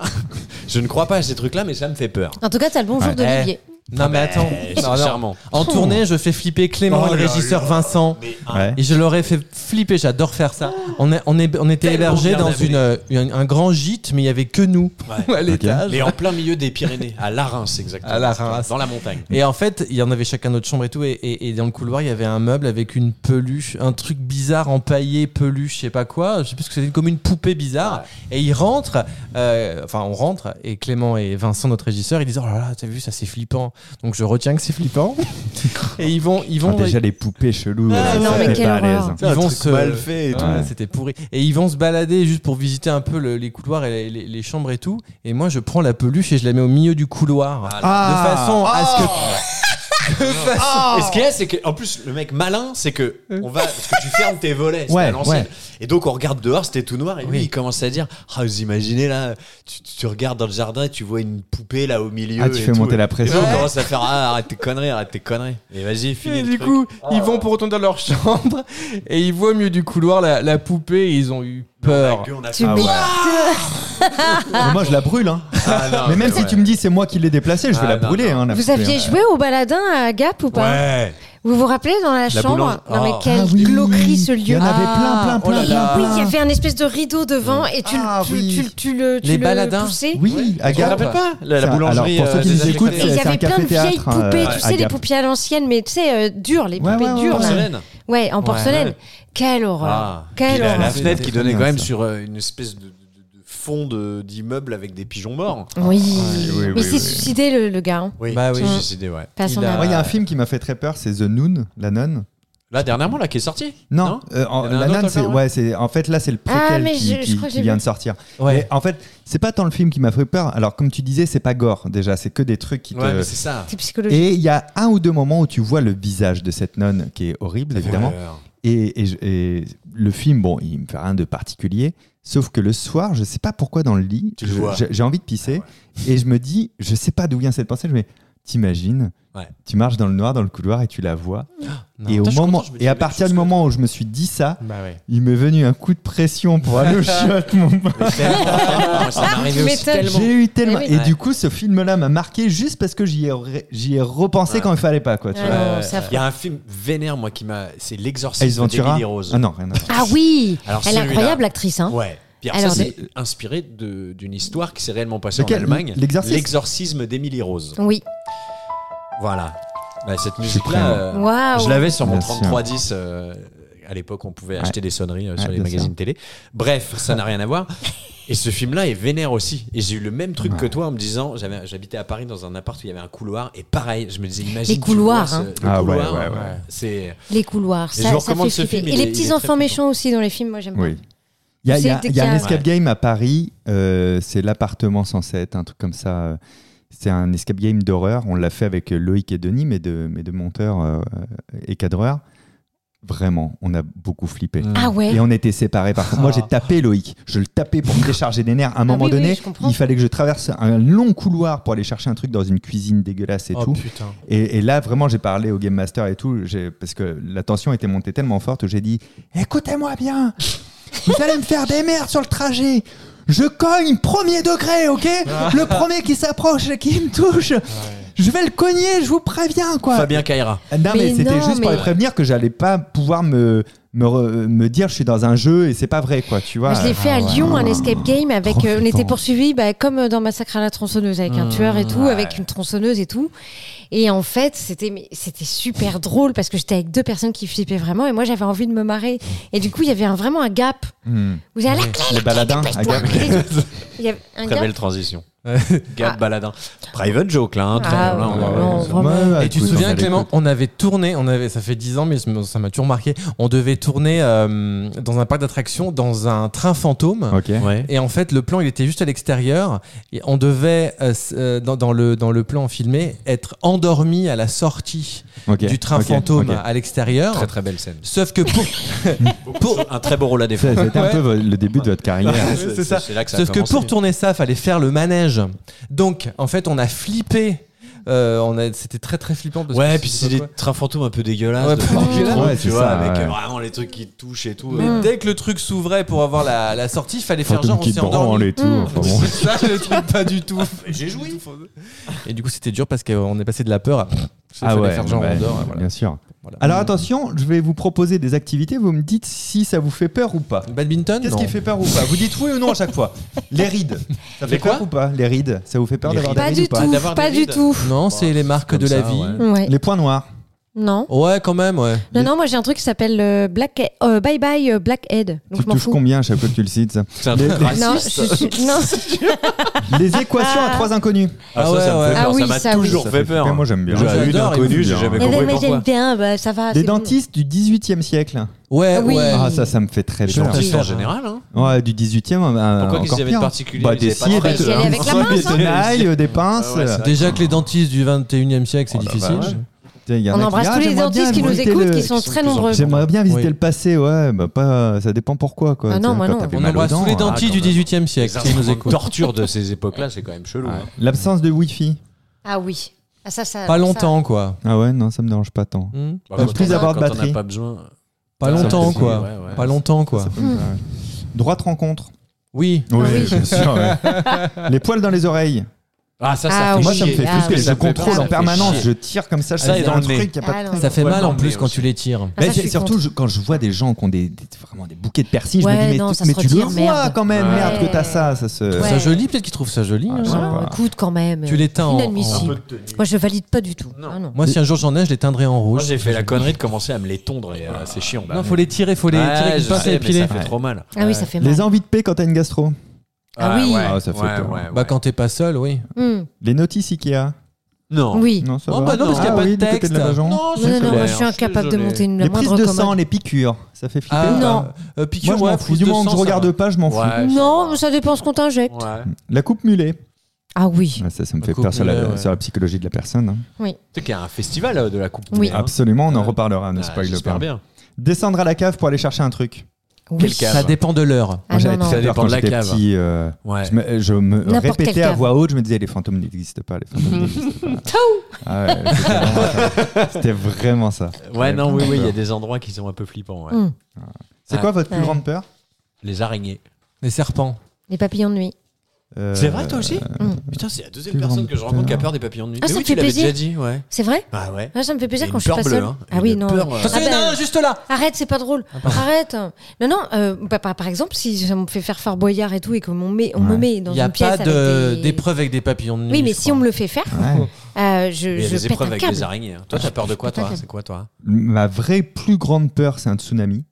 S5: je ne crois pas à ces trucs-là, mais ça me fait peur.
S3: En tout cas, t'as le bonjour
S2: Ouais.
S3: d'Olivier.
S4: Non, mais attends.
S5: Eh,
S4: Non,
S5: c'est
S4: non.
S5: charmant.
S4: En tournée, je fais flipper Clément
S2: Oh
S4: et le
S2: là
S4: régisseur
S2: là.
S4: Vincent.
S5: Mais
S2: Ouais.
S4: Et je leur ai fait flipper, j'adore faire ça. On, est, on, est, on était
S5: Tellement
S4: hébergés
S5: bien
S4: dans
S5: avalé.
S4: une, euh, une- un grand gîte, mais il y avait que nous
S5: Ouais.
S4: à l'étage.
S5: Mais en plein milieu des Pyrénées, à Larins exactement.
S4: À Larens.
S5: Dans la montagne.
S4: Et en fait, il y en avait chacun notre chambre et tout. Et, et- et dans le couloir, il y avait un meuble avec une peluche, un truc bizarre empaillé, peluche, je sais pas quoi. Je sais plus ce que c'était, comme une poupée bizarre. Et ils rentrent, euh, enfin, on rentre, et Clément et Vincent, notre régisseur, ils disent Oh là là, t'as vu, ça c'est flippant. Donc je retiens que c'est flippant. et ils vont. Ils
S2: Enfin,
S4: vont
S2: Ah, déjà les poupées cheloues.
S4: Ah,
S2: euh,
S4: non,
S2: ça
S4: mais
S2: fait
S3: quelle
S2: pas à
S3: horreur.
S2: l'aise.
S4: ils vont se
S5: fait
S4: Ouais, C'était pourri. Et ils vont se balader juste pour visiter un peu le- les couloirs et les, les- les chambres et tout. Et moi, je prends la peluche et je la mets au milieu du couloir.
S5: Ah,
S2: Ah,
S4: de façon à ce que.
S5: Et ce qu'il y a, c'est que, en plus, le mec malin, c'est que, on va, parce que tu fermes tes volets, c'était
S2: Euh. Ouais,
S5: à l'ancienne.
S2: ouais.
S5: Et donc, on regarde dehors, c'était tout noir, et lui,
S4: Oui.
S5: il commence à dire, ah, vous imaginez, là, tu, tu- tu regardes dans le jardin, et tu vois une poupée, là, au milieu.
S2: Ah, tu
S5: et
S2: fais
S5: tout.
S2: monter la pression.
S5: Et on
S2: Ouais.
S5: commence à faire, ah, arrête tes conneries, arrête tes conneries. Et vas-y, finis.
S4: Et
S5: le
S4: du
S5: truc.
S4: coup, ils
S2: Oh.
S4: vont pour retourner dans leur chambre et ils voient au milieu du couloir la, la poupée et ils ont eu peur.
S5: Avec lui, on a
S3: Tu
S5: fait-
S2: Ah ouais.
S3: m'étonnes.
S2: Mais moi, je la brûle. Hein.
S5: Ah, non,
S2: mais même si
S5: ouais.
S2: tu me dis c'est moi qui l'ai déplacée, je vais la
S5: Ah, non,
S2: brûler. hein, la
S3: Vous
S2: poupée,
S3: aviez
S2: hein.
S3: joué au baladin à Gap ou pas
S5: Ouais.
S3: Vous vous rappelez dans la,
S5: boulange-
S3: chambre Non mais
S2: Ah
S5: Ah.
S3: quelle
S2: oui,
S3: glauquerie ce lieu
S2: Il y en avait
S3: Ah.
S2: plein, plein,
S4: oh là
S2: plein,
S4: là.
S3: Oui,
S2: plein,
S3: il y
S2: plein.
S3: avait un espèce de rideau devant et tu, le-
S2: Ah
S3: tu,
S2: oui.
S3: tu, tu le tu
S4: Les
S3: le
S4: baladins.
S3: poussais.
S2: Oui, à
S4: Je me
S2: Gap.
S4: rappelle pas.
S5: La, la
S2: Enfin,
S5: boulangerie. euh,
S2: alors, pour ceux qui
S5: des
S2: nous
S5: années
S2: écoutent,
S3: Et il
S2: c'est
S3: y
S2: un
S3: avait plein de
S2: café-théâtre,
S3: vieilles poupées,
S2: euh, à
S3: tu sais, des
S2: Gap.
S3: poupées à l'ancienne, mais tu sais, euh, dures, les
S2: Ouais,
S3: poupées
S2: ouais, ouais,
S3: dures. là.
S2: ouais.
S5: porcelaine.
S3: Ouais, en porcelaine. Quelle horreur.
S5: Ah.
S3: Quelle
S5: Puis la, la
S3: horreur.
S5: fenêtre qui
S2: C'était
S5: donnait
S2: bien,
S5: quand même
S2: ça.
S5: sur euh, une espèce de, de- de- de fond de- d'immeuble avec des pigeons morts.
S3: Oui.
S2: oui,
S3: mais
S2: oui,
S3: c'est
S2: oui.
S3: suicidé le, le gars. hein.
S5: Oui,
S4: Bah oui.
S5: j'ai
S4: Mm.
S5: décidé, ouais.
S3: Pas
S4: Il
S3: son
S4: a-
S3: âme.
S2: Moi, il y a un film qui m'a fait très peur, c'est The Noon, la nonne.
S5: Là, dernièrement, là, qui est sorti
S2: Non, euh, en-
S5: Il y en a un
S2: la
S5: autre
S2: nonne, c'est
S5: encore,
S2: ouais, c'est en fait là c'est le préquel
S3: Ah, mais
S2: qui,
S3: je- je
S2: qui-
S3: crois que
S2: qui
S3: j'ai
S2: vient
S3: vu.
S2: de sortir.
S4: Ouais.
S2: Mais en fait, c'est pas tant le film qui m'a fait peur. Alors comme tu disais, c'est pas gore déjà, c'est que des trucs qui
S5: Ouais, mais
S2: te.
S5: c'est ça.
S3: C'est psychologique.
S2: Et il y a un ou deux moments où tu vois le visage de cette nonne qui est horrible évidemment. Et, et je- et le film, bon, il me fait rien de particulier. Sauf que le soir, je sais pas pourquoi dans le lit,
S5: Tu le
S2: je-
S5: vois. Ah
S2: j'ai j'ai envie de pisser et je me dis, je sais pas d'où vient cette pensée. Je me dis, t'imagines,
S5: Ouais.
S2: tu marches dans le noir dans le couloir et tu la vois.
S4: Non.
S2: et
S5: Putain,
S2: au
S5: je suis
S2: moment,
S5: content, je me dis,
S2: et à
S5: mec,
S2: partir
S5: parce
S2: du
S5: que-
S2: moment où je me suis dit ça,
S4: Bah ouais.
S2: il m'est venu un coup de pression pour aller au chiottes, mon pote.
S3: Ah, tu m'étonnes.
S2: J'ai eu tellement.
S3: Eh
S2: Et
S3: oui.
S2: du coup, ce film-là m'a marqué juste parce que j'y ai, re- j'y ai repensé
S5: Ouais.
S2: quand il fallait pas, quoi. tu
S3: Ah
S2: vois.
S3: non, c'est affreux.
S5: Il y a un film vénère, moi, qui m'a. C'est
S2: Ace
S5: L'Exorcisme
S2: Ventura.
S5: d'Emily Rose.
S2: Ah non, rien à voir.
S3: Ah oui
S5: Alors,
S3: Elle est
S5: celui-là.
S3: incroyable, l'actrice. Hein.
S5: Ouais. Puis alors,
S3: Alors,
S5: ça, c'est inspiré de- d'une histoire qui s'est réellement passée
S2: Lequel
S5: en Allemagne.
S2: L'exorciste
S5: L'exorcisme d'Emily Rose.
S3: Oui.
S5: Voilà. Bah, cette
S2: prêt,
S5: musique-là,
S2: moi.
S5: euh,
S3: Waouh.
S5: je l'avais sur mon
S2: Bien sûr.
S5: 3310. euh, à l'époque, on pouvait acheter des sonneries euh, sur
S2: Ouais,
S5: les
S2: bien
S5: magazines
S2: sûr.
S5: télé. Bref, ça n'a rien à voir. Et ce film-là est vénère aussi. Et j'ai eu le même truc que toi en me disant, j'avais- j'habitais à Paris dans un appart où il y avait un couloir. Et pareil, je me disais, imagine. tu vois
S3: couloirs,
S5: ce-
S3: hein.
S5: le
S2: Ah ouais,
S5: couloir,
S2: ouais, ouais.
S5: C'est.
S3: Les couloirs,
S5: Et
S3: ça,
S5: je vous
S3: ça
S5: recommande
S3: fait
S5: ce
S3: flipper.
S5: film,
S3: Et
S5: il est-
S3: les
S5: il est
S3: petits
S5: très,
S3: enfants
S5: très
S3: méchants aussi dans les films, moi j'aime pas.
S2: Oui. Il y a,
S3: Tu
S2: il y a-
S3: sais, dès
S2: il y a
S3: qu'il
S2: un
S3: y a-
S2: escape game à Paris, euh, c'est l'appartement 107, un truc comme ça. euh, C'est un escape game d'horreur. On l'a fait avec euh, Loïc et Denis, mes deux, mes deux monteurs euh, et cadreurs. Vraiment, on a beaucoup flippé.
S3: Ah ouais
S2: Et on était séparés par contre. Moi, j'ai tapé Loïc. Je le tapais pour me décharger des nerfs. À un moment
S3: Ah oui, oui,
S2: donné,
S3: je comprends.
S2: il fallait que je traverse un long couloir pour aller chercher un truc dans une cuisine dégueulasse et
S4: Oh
S2: tout.
S4: putain.
S2: Et, et là, vraiment, j'ai parlé au Game Master et tout, j'ai- parce que la tension était montée tellement forte que j'ai dit Écoutez-moi bien, vous allez me faire des merdes sur le trajet. Je cogne premier degré, ok Le premier qui s'approche, et qui me touche, je vais le cogner, je vous préviens, quoi.
S5: Fabien Caïra.
S2: Non, mais,
S3: Mais
S2: c'était
S3: non,
S2: juste pour
S3: mais-
S2: les prévenir que j'allais pas pouvoir me, me, re- me dire je suis dans un jeu et c'est pas vrai, quoi, tu vois.
S3: Moi, je l'ai fait à
S2: Ah ouais.
S3: Lyon, un escape game avec.
S2: Trop
S3: euh, on
S2: flippant.
S3: était poursuivis, bah, comme dans Massacre à la tronçonneuse, avec
S5: Mmh,
S3: un tueur et tout, avec une tronçonneuse et tout. Et en fait, c'était mais c'était super drôle parce que j'étais avec deux personnes qui flippaient vraiment et moi j'avais envie de me marrer. Et du coup, il y avait un- vraiment un gap.
S2: Hmm.
S3: Vous avez la clé,
S2: Les baladins, à
S3: dépêche-toi,
S2: Gap.
S3: la clé. Il y avait un
S5: Mmh. Très
S3: gap.
S5: belle transition. Gab Baladin. Private joke, là. hein, très-
S3: Ah,
S5: là, on-
S3: non,
S5: on-
S3: non,
S5: on-
S3: vraiment.
S2: Ouais,
S4: et tu
S2: Bah, écoute,
S4: te
S2: on
S4: souviens,
S2: a
S4: Clément, on avait tourné, on avait, ça fait 10 ans, mais je me- ça m'a toujours marqué. On devait tourner euh, dans un parc d'attractions, dans un train fantôme.
S2: l'écoute. Ok.
S5: Ouais.
S4: Et en fait, le plan, il était juste à l'extérieur. Et on devait, euh, s- euh, dans, dans le, dans le plan filmé, être endormi à la sortie
S2: ok,
S4: du train
S2: ok,
S4: fantôme
S2: ok.
S4: à l'extérieur.
S5: Très très belle scène.
S4: Sauf que pour, pour-
S5: Un très beau rôle à
S2: Ça,
S5: défendre.
S2: C'était un
S4: Ouais.
S2: peu vo- le début de votre carrière.
S4: c'est ça.
S5: C'est là que ça a
S4: sauf que
S5: commencé.
S4: pour tourner ça, fallait faire le manège. Donc, en fait, on a flippé Euh, on a- C'était très très flippant. Parce
S5: Ouais,
S4: que
S5: puis
S4: je
S5: c'est
S4: sais pas
S5: des
S4: quoi.
S5: trains fantômes un peu dégueulasses.
S4: Ouais,
S5: de
S4: plus
S5: parc et
S4: dégueulasses.
S5: tout,
S2: Ouais,
S5: tu
S2: c'est
S5: vois,
S2: ça,
S5: avec
S2: ouais.
S5: euh, vraiment les trucs qui touchent et tout.
S4: Mais
S3: Mm.
S5: euh.
S4: dès que le truc s'ouvrait pour avoir la, la sortie, il fallait faire genre on
S6: qui
S4: s'est
S6: te
S4: endormi. Mmh.
S6: branle et tout.
S3: Mm.
S6: enfin bon.
S4: C'est ça le truc, pas du tout. J'ai joui. Et du coup, c'était dur parce qu'on est passé de la peur à.
S5: Ah
S4: Il fallait faire genre
S6: ouais,
S4: on dort. et voilà.
S6: bien sûr.
S4: Voilà.
S2: Alors attention, je vais vous proposer des activités, vous me dites si ça vous fait peur ou pas.
S4: Mm. Badminton
S2: Qu'est-ce
S4: non.
S2: qui fait peur ou pas Vous dites oui ou non à chaque fois. Les rides. Ça fait
S4: Les quoi
S2: peur ou pas Les rides. Ça vous fait peur
S4: Les
S2: d'avoir des
S3: Pas
S2: rides
S3: du
S2: ou pas
S3: tout,
S5: D'avoir des
S3: pas du
S5: rides.
S3: tout.
S4: Non, c'est les marques
S5: Bah, comme
S4: de la
S5: ça,
S4: vie.
S5: ouais.
S3: Ouais.
S2: Les points noirs.
S3: Non.
S4: Ouais. quand même, ouais.
S3: Non, non, moi j'ai un truc qui s'appelle euh, Black... euh, Bye Bye euh, Blackhead. Donc
S6: Tu
S3: je m'en
S6: touches
S3: fous.
S6: combien à chaque fois que tu le cites ça
S5: C'est un
S2: Les-
S5: truc
S2: les-
S5: raciste.
S3: Non, je suis- non.
S2: Les équations à trois inconnus.
S5: Ah,
S4: Ah
S5: ça, ça me fait
S4: ouais, ouais.
S5: peur.
S3: Ah oui,
S5: ça m'a
S3: ça, oui.
S5: toujours
S6: Ça
S5: fait
S6: fait
S5: peur.
S6: peur, Moi j'aime bien.
S5: J'ai vu
S4: hein. J'adore,
S5: d'inconnu,
S6: il me
S5: j'ai
S6: faut
S5: jamais
S6: bien.
S3: Mais
S5: compris
S3: mais
S5: pourquoi.
S3: j'aime bien, bah, ça va.
S2: Les
S3: c'est bon.
S2: dentistes du 18e siècle.
S4: Ouais,
S3: Ah oui.
S4: ouais.
S2: Ah, ça, ça me fait très
S5: Les
S2: peur.
S5: dentistes en
S4: Ouais.
S5: général, hein.
S2: Ouais, du 18e. euh,
S5: Pourquoi
S2: encore
S5: qu'ils y avaient de
S2: pire.
S5: particulier
S2: Bah,
S5: Ils avaient
S2: des
S5: pas
S2: scies,
S5: de
S2: des
S5: fraises.
S3: Ils y allaient avec la
S2: des
S3: pince, hein.
S2: tenailles, des pinces.
S5: Ah ouais, ça-
S4: Déjà que les dentistes du 21 e siècle, c'est
S2: Oh la
S4: difficile.
S2: vache. Putain, y en a
S3: On
S2: qui-
S3: embrasse
S2: Ah,
S3: tous les
S2: j'aimerais bien
S3: dentistes qui nous
S2: visiter
S3: écoutent,
S2: le-
S3: qui sont
S5: de plus
S3: très
S5: en
S3: nombreux.
S5: plus
S2: J'aimerais bien visiter
S4: Oui.
S2: le passé, ouais, bah pas, ça dépend pourquoi quoi.
S3: Ah
S2: Tu
S3: non,
S2: sais,
S3: moi
S2: quand
S3: non.
S2: t'avais
S4: On
S2: mal aux
S4: embrasse
S2: dents,
S4: tous les
S2: hein.
S4: dentistes du
S5: ah, quand même.
S4: 18 e siècle
S5: Les
S4: qui nous
S5: instruments de
S4: écoutent.
S5: torture de ces époques-là, c'est quand même chelou. hein.
S2: L'absence de wifi.
S3: Ah oui. Ah, ça, ça,
S4: Pas
S3: ça-
S4: longtemps, quoi.
S2: Ah ouais, non, ça me dérange pas tant.
S4: Hmm
S5: Bah,
S2: Pas
S5: quand
S2: plus
S5: on a-
S2: avoir de
S5: quand on a
S2: batterie.
S5: pas besoin.
S4: Pas
S5: Ça,
S4: longtemps,
S5: c'est-
S4: quoi.
S5: ouais, ouais.
S4: Pas longtemps, quoi.
S2: Ça peut me-
S3: Hmm.
S2: ouais. Droite rencontre.
S4: Oui.
S2: Oui,
S3: Ah oui.
S2: bien sûr. ouais. les poils dans les oreilles.
S5: Ah, ça, ça
S3: Ah
S5: fait
S3: oui.
S2: Moi,
S5: chier.
S2: ça me fait
S3: Ah
S2: flipper.
S3: oui,
S2: je
S5: ça me fait
S2: contrôle
S5: peur,
S2: en
S5: ça fait
S2: permanence.
S5: chier.
S2: Je tire comme ça. Je
S5: Ça,
S2: sais
S5: et
S2: qu'il y a
S5: dans
S2: un
S5: le nez.
S2: truc. il y a pas
S3: Ah
S2: de
S3: non.
S2: truc.
S4: Ça fait
S5: Ouais,
S4: mal
S5: non,
S4: en plus
S5: mais
S4: quand
S5: aussi.
S4: tu les tires.
S3: Ah, ça,
S2: Mais
S3: je
S2: j'ai-
S3: suis
S2: surtout
S3: contre.
S2: je- quand je vois des gens qui ont des, des- vraiment des bouquets de persil, je
S3: Ouais,
S2: me dis mais,
S3: non,
S2: tu-
S3: ça se
S2: mais tu le
S3: retire,
S2: vois
S3: merde.
S2: quand même,
S5: Ouais.
S2: merde que t'as ça, ça se.
S3: Ouais.
S4: Ça joli, peut-être qu'ils trouvent ça joli.
S2: Ah,
S4: hein.
S2: je sais
S3: Ah,
S2: pas.
S3: écoute, quand même.
S4: Tu l'éteins en-
S3: Inadmissible. Moi, je valide pas du tout.
S5: Non.
S3: Ah,
S4: Moi, si un jour j'en ai, je les teindrai en
S5: Moi,
S4: rouge.
S5: j'ai fait la connerie de commencer à me les tondre et euh, c'est chiant.
S4: Non, faut les tirer, faut les tirer avec une pince à épiler.
S5: Ça fait trop mal.
S3: Ah oui, ça fait mal.
S2: Les envies de paix quand t'as une gastro.
S3: Ah oui.
S2: Ah, ça fait peur.
S4: Bah, quand t'es pas seul, oui.
S3: Hmm,
S2: Les notices Ikea.
S5: Non.
S3: Oui.
S2: Non, ça
S4: Oh,
S2: va.
S4: bah non, parce qu'il y a
S2: Ah
S4: pas de
S2: oui, du côté
S4: texte.
S2: la Bajon.
S3: Non, non, non, moi, je suis incapable de monter une la
S2: Les prises
S3: moindre
S2: de sang,
S3: commande.
S2: les piqûres, ça fait flipper.
S4: Ah,
S2: ou pas
S3: Non.
S4: euh, piqûre,
S2: Moi, je
S4: ouais,
S2: m'en fous.
S4: prise
S2: Du
S4: de hein.
S2: moment que
S4: sang,
S2: je
S4: ça
S2: regarde
S4: va.
S2: pas, je m'en fous.
S5: Ouais,
S3: Non,
S5: ça
S3: ça dépend ce qu'on t'injecte.
S5: va. Ouais. Tu
S2: La coupe mulet.
S3: Ah oui.
S2: Ah, Ça, ça me
S4: La
S2: fait
S4: coupe
S2: peur sur
S4: mulet,
S2: la,
S4: ouais.
S2: sur la psychologie de la personne. hein.
S5: sais qu'il y a un festival euh, de la Coupe du
S3: Oui.
S5: Monde, hein.
S2: Absolument, Ah, on en
S5: Ouais.
S2: reparlera, ne
S5: Ah,
S2: spoil
S5: J'espère
S2: pas.
S5: bien.
S2: Descendre à la cave pour aller chercher un truc.
S3: Oui.
S5: Quel cas
S4: Ça dépend de l'heure.
S3: Ah non,
S2: j'avais
S3: non.
S2: très
S5: Ça
S2: peur
S5: dépend
S2: quand
S5: de la
S2: j'étais
S5: cave.
S2: petit. euh,
S5: Ouais.
S2: Je me, je me
S3: N'importe quelle
S2: répétais à
S3: cave.
S2: voix haute, je me disais les fantômes n'existent pas, les fantômes n'existent pas. Ah ouais, c'était vraiment ça. C'était vraiment ça.
S5: Ouais, non, oui, oui, il y
S2: Peur.
S5: a des endroits qui sont un peu flippants. ouais.
S3: Hmm.
S2: C'est
S5: Ah.
S2: quoi votre plus
S3: Ouais.
S2: grande peur
S5: Les araignées.
S4: Les serpents.
S3: Les papillons de nuit.
S2: Euh,
S5: aussi
S3: Mm.
S5: Putain, c'est la deuxième
S2: Plus
S5: personne
S2: grande
S5: que je rencontre qui a
S2: peur.
S5: peur des papillons de nuit.
S3: Ah,
S5: Mais
S3: ça
S5: oui,
S3: me
S5: tu
S3: fait
S5: l'avais
S3: plaisir.
S5: déjà dit, ouais.
S3: C'est vrai
S5: Bah ouais.
S3: Là, ça me fait plaisir
S5: Et
S3: quand
S5: une
S3: je suis
S5: peur
S3: pas
S5: bleue,
S3: seule.
S5: hein.
S3: Ah
S5: Une
S3: oui, non.
S5: peur, euh,
S4: Attention,
S3: Ah
S4: il y en a
S3: ben,
S4: un juste là.
S3: Arrête, c'est pas drôle. Arrête. Non, non. euh, bah, par, par exemple, si ça me fait faire Fort Boyard et tout et qu'on me met, on me
S2: Ouais.
S3: met dans
S4: Il n'y a
S3: une pièce
S4: pas
S3: avec
S4: de-
S3: des-
S4: d'épreuve avec des papillons de nuit.
S3: Oui, mais
S4: je
S3: si on
S4: crois.
S3: me le fait faire,
S2: ouais.
S3: euh, je,
S5: Il y a
S3: je
S5: des
S3: pète
S5: épreuves
S3: un
S5: avec des
S3: câble.
S5: araignées. hein.
S2: Ah,
S5: Toi, t'as peur de quoi,
S3: Putain,
S5: toi
S3: quel-
S5: C'est quoi, toi
S2: Ma vraie plus grande peur, c'est un tsunami.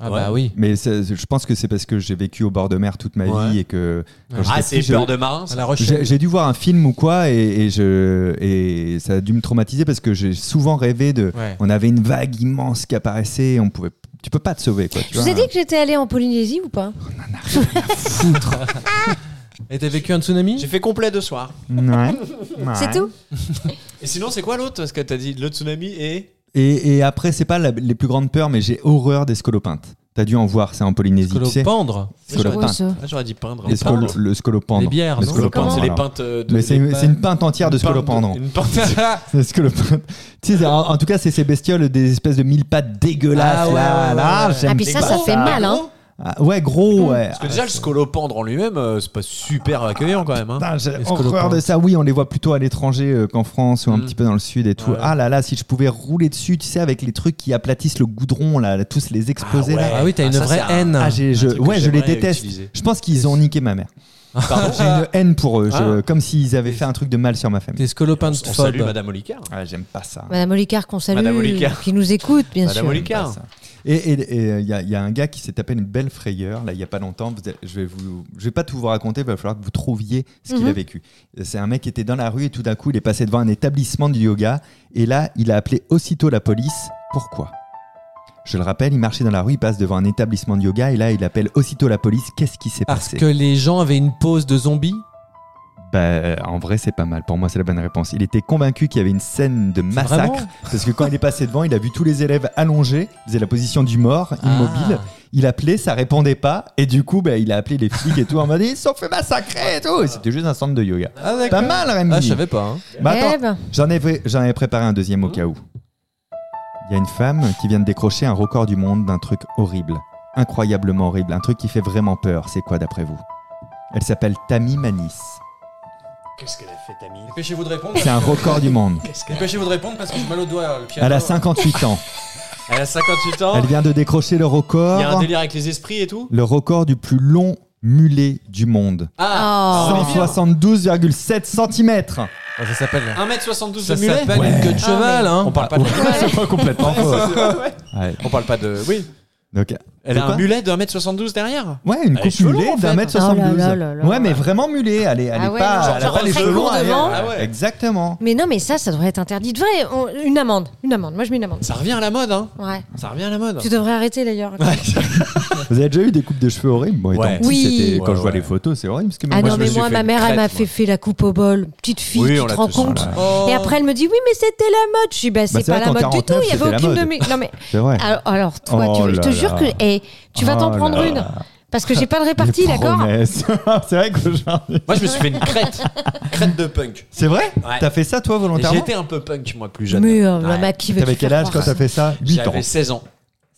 S4: Ah bah oui.
S2: Mais ça- je pense que c'est parce que j'ai vécu au bord de mer toute ma
S5: Ouais.
S2: vie et que quand
S4: Ah,
S2: j'étais
S5: Ah, c'est
S2: petit, je-
S5: peur de marin,
S4: À
S5: ça
S4: la Rochelle.
S2: j'ai j'ai dû voir un film ou quoi et, et je et ça a dû me traumatiser parce que j'ai souvent rêvé de.
S4: Ouais.
S2: On avait une vague immense qui apparaissait, et on pouvait. Tu peux pas te sauver quoi. Tu
S3: Je vous
S2: vois.
S3: ai dit que j'étais allée en Polynésie ou pas
S4: Et t'as vécu un tsunami
S5: J'ai fait complet deux soirs.
S2: Ouais.
S3: C'est
S2: Ouais.
S3: tout
S5: Et sinon, c'est quoi l'autre Ce que t'as dit, le tsunami et.
S2: Et, et après, c'est pas la- les plus grandes peurs, mais j'ai horreur des scolopintes. T'as dû en voir, c'est en Polynésie, tu sais.
S4: Pendre.
S3: Ouais,
S2: Scolopinte.
S3: ça.
S5: Ah, j'aurais dit peindre.
S2: Les scolo- le scolopendre.
S4: Les bières,
S2: Le
S4: non
S2: scolopendre,
S5: C'est les
S2: voilà.
S5: peintes euh, de.
S2: Mais c'est
S5: des
S2: une,
S5: peintes-
S2: c'est une pinte entière de
S5: une peinte
S2: scolopendre.
S5: Une peinte.
S2: C'est scolopendre. tu sais, c'est- en, en tout cas, c'est ces bestioles, des espèces de mille pattes dégueulasses
S4: Ah ouais,
S2: là,
S4: ouais, ouais,
S2: là,
S4: ouais.
S2: j'aime
S3: Ah, puis ça,
S2: pas
S3: ça fait mal, hein.
S2: Ah, ouais, gros, ouais.
S5: Parce que déjà, le scolopendre en lui-même, euh, c'est pas super accueillant quand même. hein.
S2: Putain, j'ai
S4: Les
S2: horreur
S4: scolopendres.
S2: de ça. Oui, on les voit plutôt à l'étranger euh, qu'en France ou un
S5: Mm.
S2: petit peu dans le sud et tout.
S5: Ouais.
S2: Ah là là, si je pouvais rouler dessus, tu sais, avec les trucs qui aplatissent le goudron, là, tous les exposer là.
S5: ouais.
S4: Ah oui, t'as
S5: Ah,
S4: une
S5: ça,
S4: vraie
S5: c'est un-
S4: haine.
S2: Ah, j'ai- je,
S5: truc que
S2: ouais, je les
S5: j'aimerais
S2: déteste.
S5: utiliser.
S2: Je pense qu'ils ont niqué ma mère.
S5: Pardon
S2: J'ai une haine pour eux, je-
S5: Ah.
S2: comme s'ils avaient fait un truc de mal sur ma famille.
S4: T'es
S5: On
S4: scolopinte
S5: salue
S4: phobe.
S5: Madame Olicard.
S2: Ah, j'aime pas ça.
S3: Madame Olicard qu'on salue,
S5: Madame Olicard.
S3: qui nous écoute, bien
S5: Madame
S3: sûr.
S5: Olicard.
S2: J'aime pas ça. Et il y, a- y a un gars qui s'est tapé une belle frayeur, là, il y a pas longtemps. Vous allez- je vais vous, je vais pas tout vous raconter, il va falloir que vous trouviez ce qu'il
S3: Mhm.
S2: a vécu. C'est un mec qui était dans la rue et tout d'un coup, il est passé devant un établissement du yoga. Et là, il a appelé aussitôt la police. Pourquoi Je le rappelle, il marchait dans la rue, il passe devant un établissement de yoga. Et là, il appelle aussitôt la police. Qu'est-ce qui s'est
S4: Parce
S2: passé
S4: que les gens avaient une pause de zombies
S2: Bah, en vrai, c'est pas mal. Pour moi, c'est la bonne réponse. Il était convaincu qu'il y avait une scène de massacre
S4: Vraiment
S2: parce que quand il est passé devant, il a vu tous les élèves allongés, il faisait la position du mort, immobile.
S4: Ah.
S2: Il appelait, ça répondait pas, et du coup, bah, il a appelé les flics et tout en mode ils se sont fait massacrer et tout. Et C'était juste un centre de yoga.
S4: Ah, d'accord.
S2: Pas mal, Rémi.
S4: Ah, je savais pas. hein.
S2: Bah, attends,
S3: Eh ben.
S2: J'en ai, pré- j'en ai préparé un deuxième au cas où. Il y a une femme qui vient de décrocher un record du monde d'un truc horrible, incroyablement horrible, un truc qui fait vraiment peur. C'est quoi d'après vous Elle s'appelle Tammy Manis.
S5: Qu'est-ce qu'elle a fait, Tammy
S4: Dépêchez-vous de répondre.
S2: C'est un record du monde.
S5: Qu'est-ce qu'elle a
S4: Dépêchez-vous de répondre parce que j'ai mal au doigt. euh, Le piano.
S2: Elle a 58 ans.
S5: Elle a 58 ans.
S2: Elle vient de décrocher le
S5: Il y a un
S2: record,
S5: délire avec les esprits et tout
S2: le record du plus long mulet du monde.
S3: Oh.
S5: on est bien.
S2: 172,7 cm.
S4: Ah, ça s'appelle.
S5: 1m72
S4: Ça
S5: de mulet
S4: s'appelle une queue de
S3: Ah, mais-
S4: cheval. hein.
S5: On parle pas de
S2: C'est pas complètement faux. Ouais.
S5: On parle pas de. Oui.
S2: Donc,
S5: Elle
S2: C'est
S5: a
S2: quoi
S5: un mulet de 1m72 derrière
S2: Ouais, une
S5: Elle est
S2: coupe
S5: chelou,
S2: mulet
S5: en
S2: d'un
S5: fait.
S2: mètre
S3: Oh là là
S2: 72.
S3: là là.
S2: Ouais, mais vraiment mulet. Elle est, elle
S3: Ah
S2: est
S3: ouais,
S2: pas.
S3: genre,
S2: elle a
S5: genre
S2: pas les
S5: très
S2: cheveux
S5: court
S2: longs, elle.
S3: devant.
S5: Ah ouais.
S2: Exactement.
S3: Mais non, mais ça, ça devrait être interdit. Devrait, on- une amende. Une amende. Moi, je mets une amende.
S5: Ça revient à la mode, hein
S3: Ouais.
S5: Ça revient à la mode.
S3: Tu devrais arrêter d'ailleurs.
S2: Vous avez déjà eu des coupes de cheveux horribles Bon, étant
S5: Ouais.
S2: petit,
S3: Oui.
S2: c'était- Quand
S5: Ouais,
S2: je vois
S5: ouais.
S2: les photos, c'est horrible. Parce que
S3: Ah
S2: moi,
S3: non,
S5: je
S2: je-
S5: me
S3: mais
S5: suis
S3: moi,
S5: fait
S3: ma
S5: une
S3: mère, elle
S5: crête,
S3: m'a
S5: moi.
S3: fait fait la coupe au bol. Petite fille,
S5: Oui, on
S3: tu
S5: l'a
S3: te rends
S5: tous, on
S3: compte
S2: l'a.
S4: Oh.
S3: Et après, elle me dit oui, mais c'était la mode. Je dis bah, c'est
S2: c'est
S3: pas
S2: vrai
S3: la
S2: qu'en
S3: mode du tout.
S2: 49,
S3: Il y avait
S2: c'était la
S3: aucune de
S2: mode.
S3: mes. Non mais
S2: C'est vrai.
S3: alors, alors, toi,
S2: Oh
S3: tu- je te
S2: là
S3: jure que
S2: là.
S3: eh, tu vas t'en
S2: Oh
S3: prendre
S2: là
S3: une
S2: là.
S3: parce que j'ai pas de répartie,
S2: Les
S3: d'accord
S2: promesses. C'est vrai qu'aujourd'hui.
S5: Moi, je me suis fait une crête. crête de punk.
S2: C'est vrai
S5: Ouais.
S2: T'as fait ça toi
S5: Et
S2: volontairement
S5: J'étais un peu punk, moi, plus jeune.
S3: Mais euh, ma
S5: Ouais.
S3: mère, qui veut
S2: T'avais quel âge quand t'as fait ça 8 ans.
S5: J'avais 16 ans.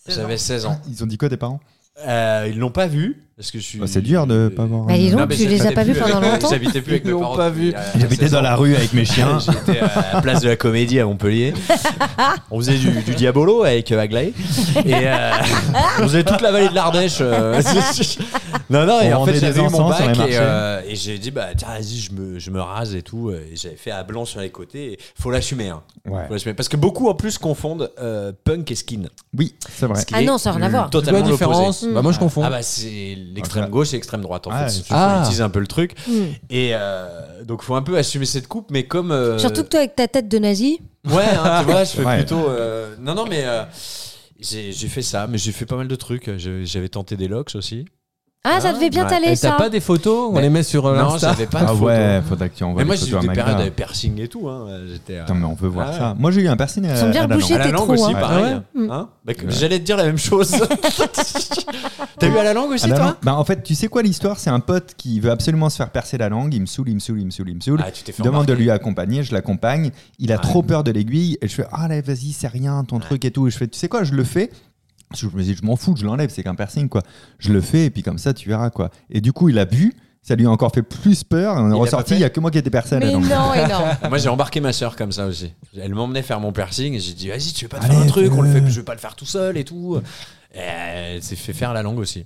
S5: J'avais 16 ans.
S2: Ils ont dit quoi tes parents
S5: Euh, ils l'ont pas vu. Parce que je suis. euh,
S2: Bah, C'est dur de pas voir.
S3: Bah, dis donc.
S5: Non, mais
S3: tu les as
S5: j'habitais
S3: pas vus
S5: plus
S3: pendant
S5: avec-
S3: longtemps
S5: J'habitais plus avec
S4: Ils
S5: mes
S4: l'ont
S5: parents.
S4: pas vu.
S5: depuis, euh,
S2: J'habitais
S5: 16
S2: dans
S5: ans.
S2: la rue avec mes chiens.
S5: J'étais à la place de la comédie à Montpellier. On faisait du, du Diabolo avec euh, Aglaé. Et euh, on faisait toute la vallée de l'Ardèche. euh, non, non, et
S2: On
S5: en
S2: vendait
S5: fait,
S2: des
S5: j'avais eu mon
S2: encens sur
S5: bac
S2: les
S5: et,
S2: marchés.
S5: euh, et j'ai dit, bah, tiens, vas-y, je me, je me rase et tout. Et j'avais fait à blanc sur les côtés. Et faut l'assumer. Hein.
S2: Ouais.
S5: Faut l'assumer. Parce que beaucoup, en plus, confondent euh, punk et skin.
S2: Oui, c'est vrai.
S5: Ce qui
S3: Ah
S5: est
S3: non, ça n'a rien à voir.
S4: C'est quoi
S5: Totalement
S4: la différence
S3: Mmh.
S5: l'opposé.
S4: Bah, Moi, je confonds.
S5: Ah bah c'est l'extrême gauche et l'extrême droite en
S2: Ah,
S5: fait.
S2: c'est
S5: Je
S4: sûr. Ah.
S5: politise un peu le truc.
S3: Hmm.
S5: Et euh, donc faut un peu assumer cette coupe, mais comme euh,
S3: Surtout que toi, avec ta tête de nazi.
S5: Ouais, hein, tu vois, je fais
S2: Ouais.
S5: plutôt. euh, Non, non, mais euh, j'ai j'ai fait ça, mais j'ai fait pas mal de trucs. Je- J'avais tenté des locks aussi.
S3: Ah, ça devait bien
S5: ouais.
S3: t'aller
S4: Et
S3: ça.
S4: t'as pas des photos On
S5: Mais-
S4: les met sur euh,
S5: non,
S4: l'Insta.
S5: j'avais pas de
S2: Ah
S5: photos.
S2: ouais, faudrait que tu envoies
S5: mais moi
S2: les
S5: j'ai eu
S2: photos à
S5: des
S2: Magda.
S5: périodes avec piercing et tout. Hein. J'étais. euh,
S2: Putain, mais on veut voir
S5: Ah ouais.
S2: ça. Moi, j'ai eu un euh, piercing à,
S3: Ça me
S2: à
S3: vient
S2: la langue.
S3: bouger
S5: à la
S3: J'étais
S5: langue
S3: trop,
S5: aussi,
S3: hein.
S5: pareil.
S4: Ah
S3: ouais.
S5: Hein Bah, que- J'allais te dire la même chose. T'as eu à la langue aussi,
S2: Ah bah
S5: toi
S2: non. Bah, en fait, tu sais quoi l'histoire C'est un pote qui veut absolument se faire percer la langue. Il me saoule, il me saoule, il me saoule, il me saoule.
S5: Ah, tu t'es fait
S2: Demande de
S5: embarquer.
S2: lui accompagner, je l'accompagne. Il a trop peur de l'aiguille et je fais Ah là, vas-y, c'est rien ton truc et tout. Et je fais Tu sais quoi Je le fais. Parce que Je me dis Je m'en fous, je l'enlève, c'est qu'un piercing quoi. Je le fais et puis comme ça, tu verras quoi. Et du coup, il a bu. Ça lui a encore fait plus peur. et On est
S5: l'a pas
S2: ressorti,
S5: fait
S2: il n'y a que moi qui étais percé à la
S3: Mais
S2: langue.
S3: non, et non.
S5: Ah, Moi j'ai embarqué ma sœur comme ça aussi. Elle m'emmenait faire mon piercing et j'ai dit vas-y tu veux pas te
S2: Allez,
S5: faire un truc, on le fait,
S2: fais-le.
S5: je veux pas le faire tout seul et tout. Et elle s'est fait faire la langue aussi.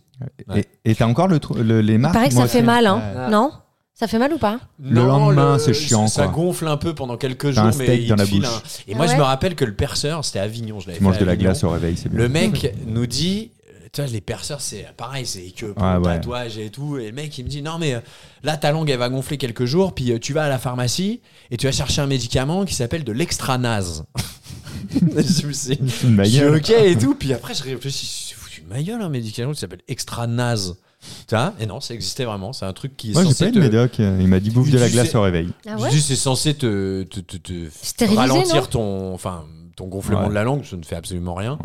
S2: Et- Et t'as encore le, trou- le- les
S3: Il
S2: marques
S3: paraît que
S2: moi
S3: ça
S2: aussi.
S3: fait mal, hein
S5: Ouais.
S3: Non Ça fait mal ou pas
S2: Le lendemain, c'est chiant,
S5: Ça
S2: quoi.
S5: gonfle un peu pendant quelques
S2: T'as
S5: jours,
S2: un
S5: mais
S2: steak
S5: il
S2: dans
S5: te
S2: la
S5: file
S2: bouche.
S5: un- Et
S3: Ah
S5: moi je
S3: ouais
S5: me rappelle que le perceur c'était à Avignon, je l'avais
S2: Tu manges
S5: fait
S2: de
S5: à
S2: la
S5: Avignon.
S2: glace au réveil, c'est bien.
S5: Le mec nous dit, euh, tu vois, les perceurs, c'est pareil, c'est que pour
S2: Ouais,
S5: le
S2: ouais.
S5: tatouage et tout. Et le mec, il me dit, non, mais euh, là, ta langue, elle va gonfler quelques jours, puis euh, tu vas à la pharmacie et tu vas chercher un médicament qui s'appelle de l'extranase. je me suis
S2: Tu me
S5: je
S2: ma
S5: suis
S2: gueule.
S5: ok et tout. Puis après, je réfléchis, c'est foutu de ma gueule, un médicament qui s'appelle extranase. Tu vois Et non, ça existait vraiment. C'est un truc qui est
S2: Moi, j'ai
S5: censé
S2: pas eu
S5: te...
S2: de médoc. euh, Il m'a dit bouffe
S5: Tu
S2: de la
S5: sais-
S2: glace au réveil.
S3: Ah
S5: Je
S3: ouais
S5: dis, c'est censé te, te, te- te
S3: Stériliser, non
S5: ralentir ton, enfin, ton gonflement
S2: Ouais.
S5: de la langue, ça ne fait absolument rien.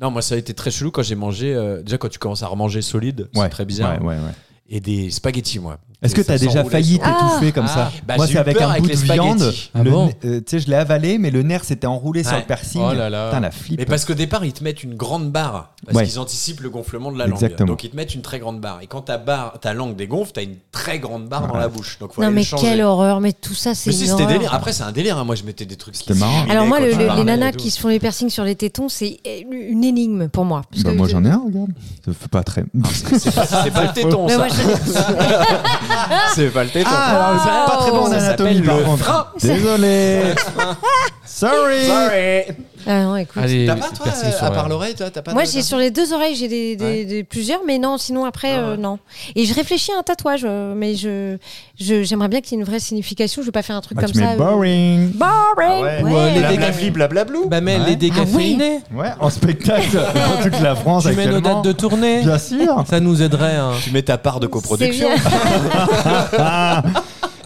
S5: Non, moi ça a été très chelou quand j'ai mangé. euh, déjà quand tu commences à remanger solide, c'est
S2: Ouais,
S5: très bizarre.
S2: ouais, ouais, ouais.
S5: Et des spaghettis, moi.
S2: Est-ce que
S5: Et ça
S2: t'as déjà
S5: s'enroulait
S2: failli
S5: sur-
S3: Ah
S2: t'étouffer comme ça
S5: Ah, bah,
S2: Moi,
S5: j'ai
S2: c'est
S5: eu
S2: avec
S5: peur
S2: un
S5: avec
S2: bout de
S5: les spaghettis.
S2: viande.
S4: Ah
S2: le
S4: bon
S2: ne- euh, tu sais, je l'ai avalé, mais le nerf s'était enroulé sur
S5: Ouais.
S2: le piercing.
S4: Oh là là.
S2: Putain, la flippe.
S5: Mais parce qu'au départ, ils te mettent une grande barre. Parce
S2: Ouais.
S5: qu'ils anticipent le gonflement de la langue.
S2: Exactement.
S5: Donc ils te mettent une très grande barre. Et quand ta, barre, ta langue dégonfle, t'as une très grande barre dans
S2: Ouais.
S5: la bouche. Donc faut
S3: Non,
S5: aller
S3: mais
S5: le changer.
S3: quelle horreur. Mais tout ça, c'est
S5: Mais si,
S3: une
S5: c'était
S3: horreur.
S5: délire. Après, c'est un délire. hein. Moi, je mettais des trucs.
S2: C'était marrant.
S3: Alors moi, le-
S5: quand
S3: le-
S5: tu
S3: les
S5: parlais
S3: nanas
S5: et tout.
S3: qui se font les piercings sur les tétons, c'est une énigme pour moi. Parce
S2: Bah,
S3: que
S2: moi,
S3: je-
S2: j'en ai un, regarde. Ça fait pas très.
S5: C'est pas, c'est pas le téton,
S3: Mais
S5: ça.
S3: moi, je-
S5: C'est pas le téton.
S2: Ah, alors, c'est pas très bon en
S5: Ça
S2: anatomie,
S5: s'appelle
S2: par
S5: le
S2: contre.
S5: frein.
S2: Désolé. Sorry.
S3: Ah non, écoute.
S4: Allez,
S5: T'as
S4: oui,
S5: pas,
S4: c'est
S5: toi,
S4: percé sur
S5: à
S4: la-
S2: euh,
S5: part l'oreille, toi, t'as pas
S3: Moi,
S5: de-
S3: j'ai sur les deux oreilles, j'ai des, des-
S5: Ouais.
S3: des- plusieurs, mais non, sinon après,
S5: Ah ouais.
S3: euh, non. Et je réfléchis à un tatouage, euh, mais je je- j'aimerais bien qu'il y ait une vraie signification. Je veux pas faire un truc
S2: Bah,
S3: comme
S2: tu
S3: ça.
S2: mets
S3: euh,
S2: boring.
S3: Boring.
S2: ouais.
S3: Ouais.
S4: Ou, euh, les
S3: Bah,
S4: dégâts-
S5: Blablabli, blablablou.
S4: Bah, mais
S2: Ouais.
S4: les
S3: Ah
S4: décaféinés.
S2: Ouais, en spectacle dans toute la France
S4: Tu mets nos
S2: actuellement.
S4: dates de tournée.
S2: Bien sûr.
S4: Ça nous aiderait. hein.
S5: Tu mets ta part de
S3: c'est
S5: coproduction.
S3: bien.
S2: Ah.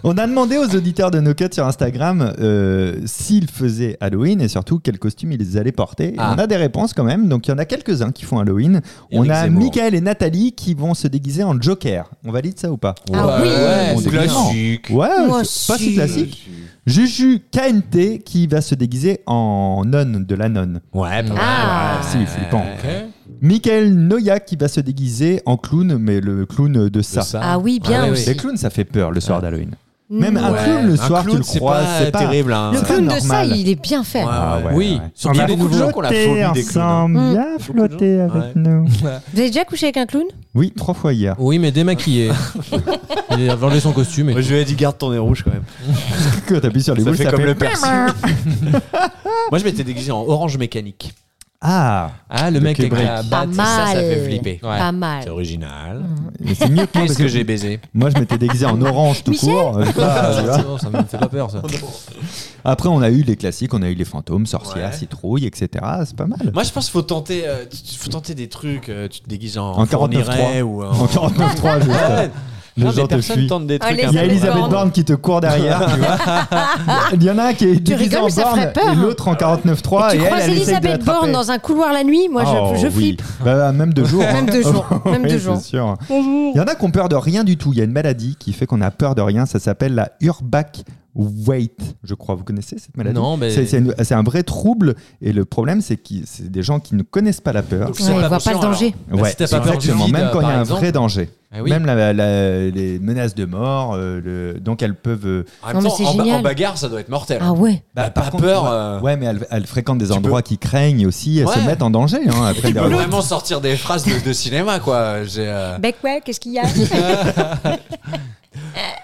S2: On a demandé aux auditeurs de No Cut sur Instagram euh, s'ils faisaient Halloween et surtout quel costume ils allaient porter. Et
S5: Ah.
S2: On a des réponses quand même, donc il y en a quelques-uns qui font Halloween. on
S5: Éric
S2: a
S5: Zemmour.
S2: Michael et Nathalie qui vont se déguiser en Joker. On valide ça ou pas
S3: Ah oui.
S5: ouais,
S2: on est
S5: classique.
S2: Ouais,
S3: Moi
S2: c'est pas si
S3: aussi.
S2: classique. Juju KNT qui va se déguiser en nonne de la nonne.
S5: Ouais, pas
S3: Ah.
S5: mal,
S2: Si,
S5: ouais.
S2: flippant.
S5: Ouais.
S2: Michael Noya qui va se déguiser en clown, mais le clown de ça.
S5: De ça.
S3: Ah oui, bien
S5: Ah oui, Ah.
S3: aussi.
S2: Les clowns, ça fait peur le soir d'Halloween. Même
S3: Mm.
S2: un
S5: Ouais,
S2: clown le
S5: un
S2: soir,
S5: clown,
S2: tu le croises, c'est pas
S5: terrible. hein.
S3: Le
S2: c'est
S3: clown
S2: pas
S3: de ça,
S2: normal.
S3: il est bien fait.
S5: Ah bah. ouais,
S4: Oui,
S2: ouais.
S4: surtout
S5: On a
S4: les
S5: beaucoup de gens qui ont la
S2: Flotter
S5: phobie des hein. clowns.
S2: ensemble,
S3: Mm.
S2: bien
S5: Beaucoup de
S2: flotter
S5: gens.
S2: avec
S5: Ouais.
S2: nous.
S3: Vous avez déjà couché avec un clown
S2: Oui, trois fois hier.
S4: Oui, mais démaquillé. il a enlevé son costume. Et
S5: Moi, je lui ai dit garde ton nez rouge quand même.
S2: Quand t'appuies sur les
S5: ça
S2: boules,
S5: fait
S2: ça
S5: comme
S2: fait-
S5: le persil. Moi, je m'étais déguisé en orange mécanique.
S2: Ah,
S4: Ah, le mec
S2: Le
S4: avec
S2: Kubrick.
S4: la
S3: Pas
S4: batte.
S3: mal.
S5: ça fait flipper.
S4: Ouais.
S3: Pas mal.
S5: C'est original.
S2: mais c'est mieux que moi,
S5: Qu'est-ce
S2: parce
S5: que j'ai baisé
S2: moi je m'étais déguisé en orange tout
S3: Michel
S2: court. j'ai pas- tu vois.
S4: Ah, ça me fait pas peur, ça.
S2: Après, on a eu les classiques, on a eu les fantômes, sorcières,
S5: Ouais.
S2: citrouilles, etc. C'est pas mal.
S5: Moi, je pense qu'il faut tenter, euh, tu- tu- faut tenter des trucs. euh, tu te déguises en,
S2: En 49.3.
S5: fourniret ou en.
S2: En 49.3, juste. euh, les
S5: Oh. Non,
S2: gens
S5: mais
S2: te
S5: personne
S2: fuient.
S5: tente des trucs.
S3: les
S5: un
S2: Il y a
S5: peu-
S2: Elisabeth Borne qui te court derrière, tu vois. Il y en a un qui est déguisé
S3: rigoles,
S2: en
S3: ça
S2: Borne
S3: ferait peur. hein.
S2: et l'autre en 49.3
S3: Tu
S2: et, elle,
S3: croises
S2: elle essaie de
S3: Elisabeth Borne
S2: l'attraper.
S3: dans un couloir la nuit Moi,
S2: Oh,
S3: je, je
S2: oui.
S3: flippe.
S2: Bah, bah, même deux jours.
S3: Même deux jours, même deux jours.
S2: sûr. Il y en a qui ont peur de rien du tout. Il y a une maladie qui fait qu'on a peur de rien. Ça s'appelle la Urbach Weight, je crois. Vous connaissez cette maladie
S4: Non, mais-
S2: C'est c'est une- c'est un vrai trouble. Et le problème, c'est que c'est des gens qui ne connaissent pas la peur.
S5: Donc,
S3: Ouais,
S5: c'est
S3: il
S5: pas
S3: voit pas le
S5: conscient,
S3: danger.
S5: alors.
S4: Bah, si t'as peur du
S2: exactement.
S4: vide,
S2: Même quand il y a
S4: par
S2: un
S4: exemple.
S2: vrai danger.
S4: Ah oui.
S2: Même la- la- les menaces de mort. euh, le- donc elles peuvent. euh,
S5: En
S3: Non,
S5: même
S3: mais
S5: temps,
S3: c'est
S5: en, ba-
S3: génial.
S5: en bagarre, ça doit être mortel.
S3: Ah ouais.
S5: Bah,
S2: par
S5: pas
S2: contre,
S5: peur,
S2: ouais.
S5: euh,
S2: Ouais, mais elles, elles fréquentent des
S5: tu
S2: endroits qui craignent aussi. Elles se
S5: Ouais.
S2: mettent en danger. hein, après
S5: Tu peux
S2: derrière.
S5: vraiment sortir des phrases de, de cinéma, quoi. J'ai, euh,
S3: Bec, ouais, qu'est-ce qu'il y a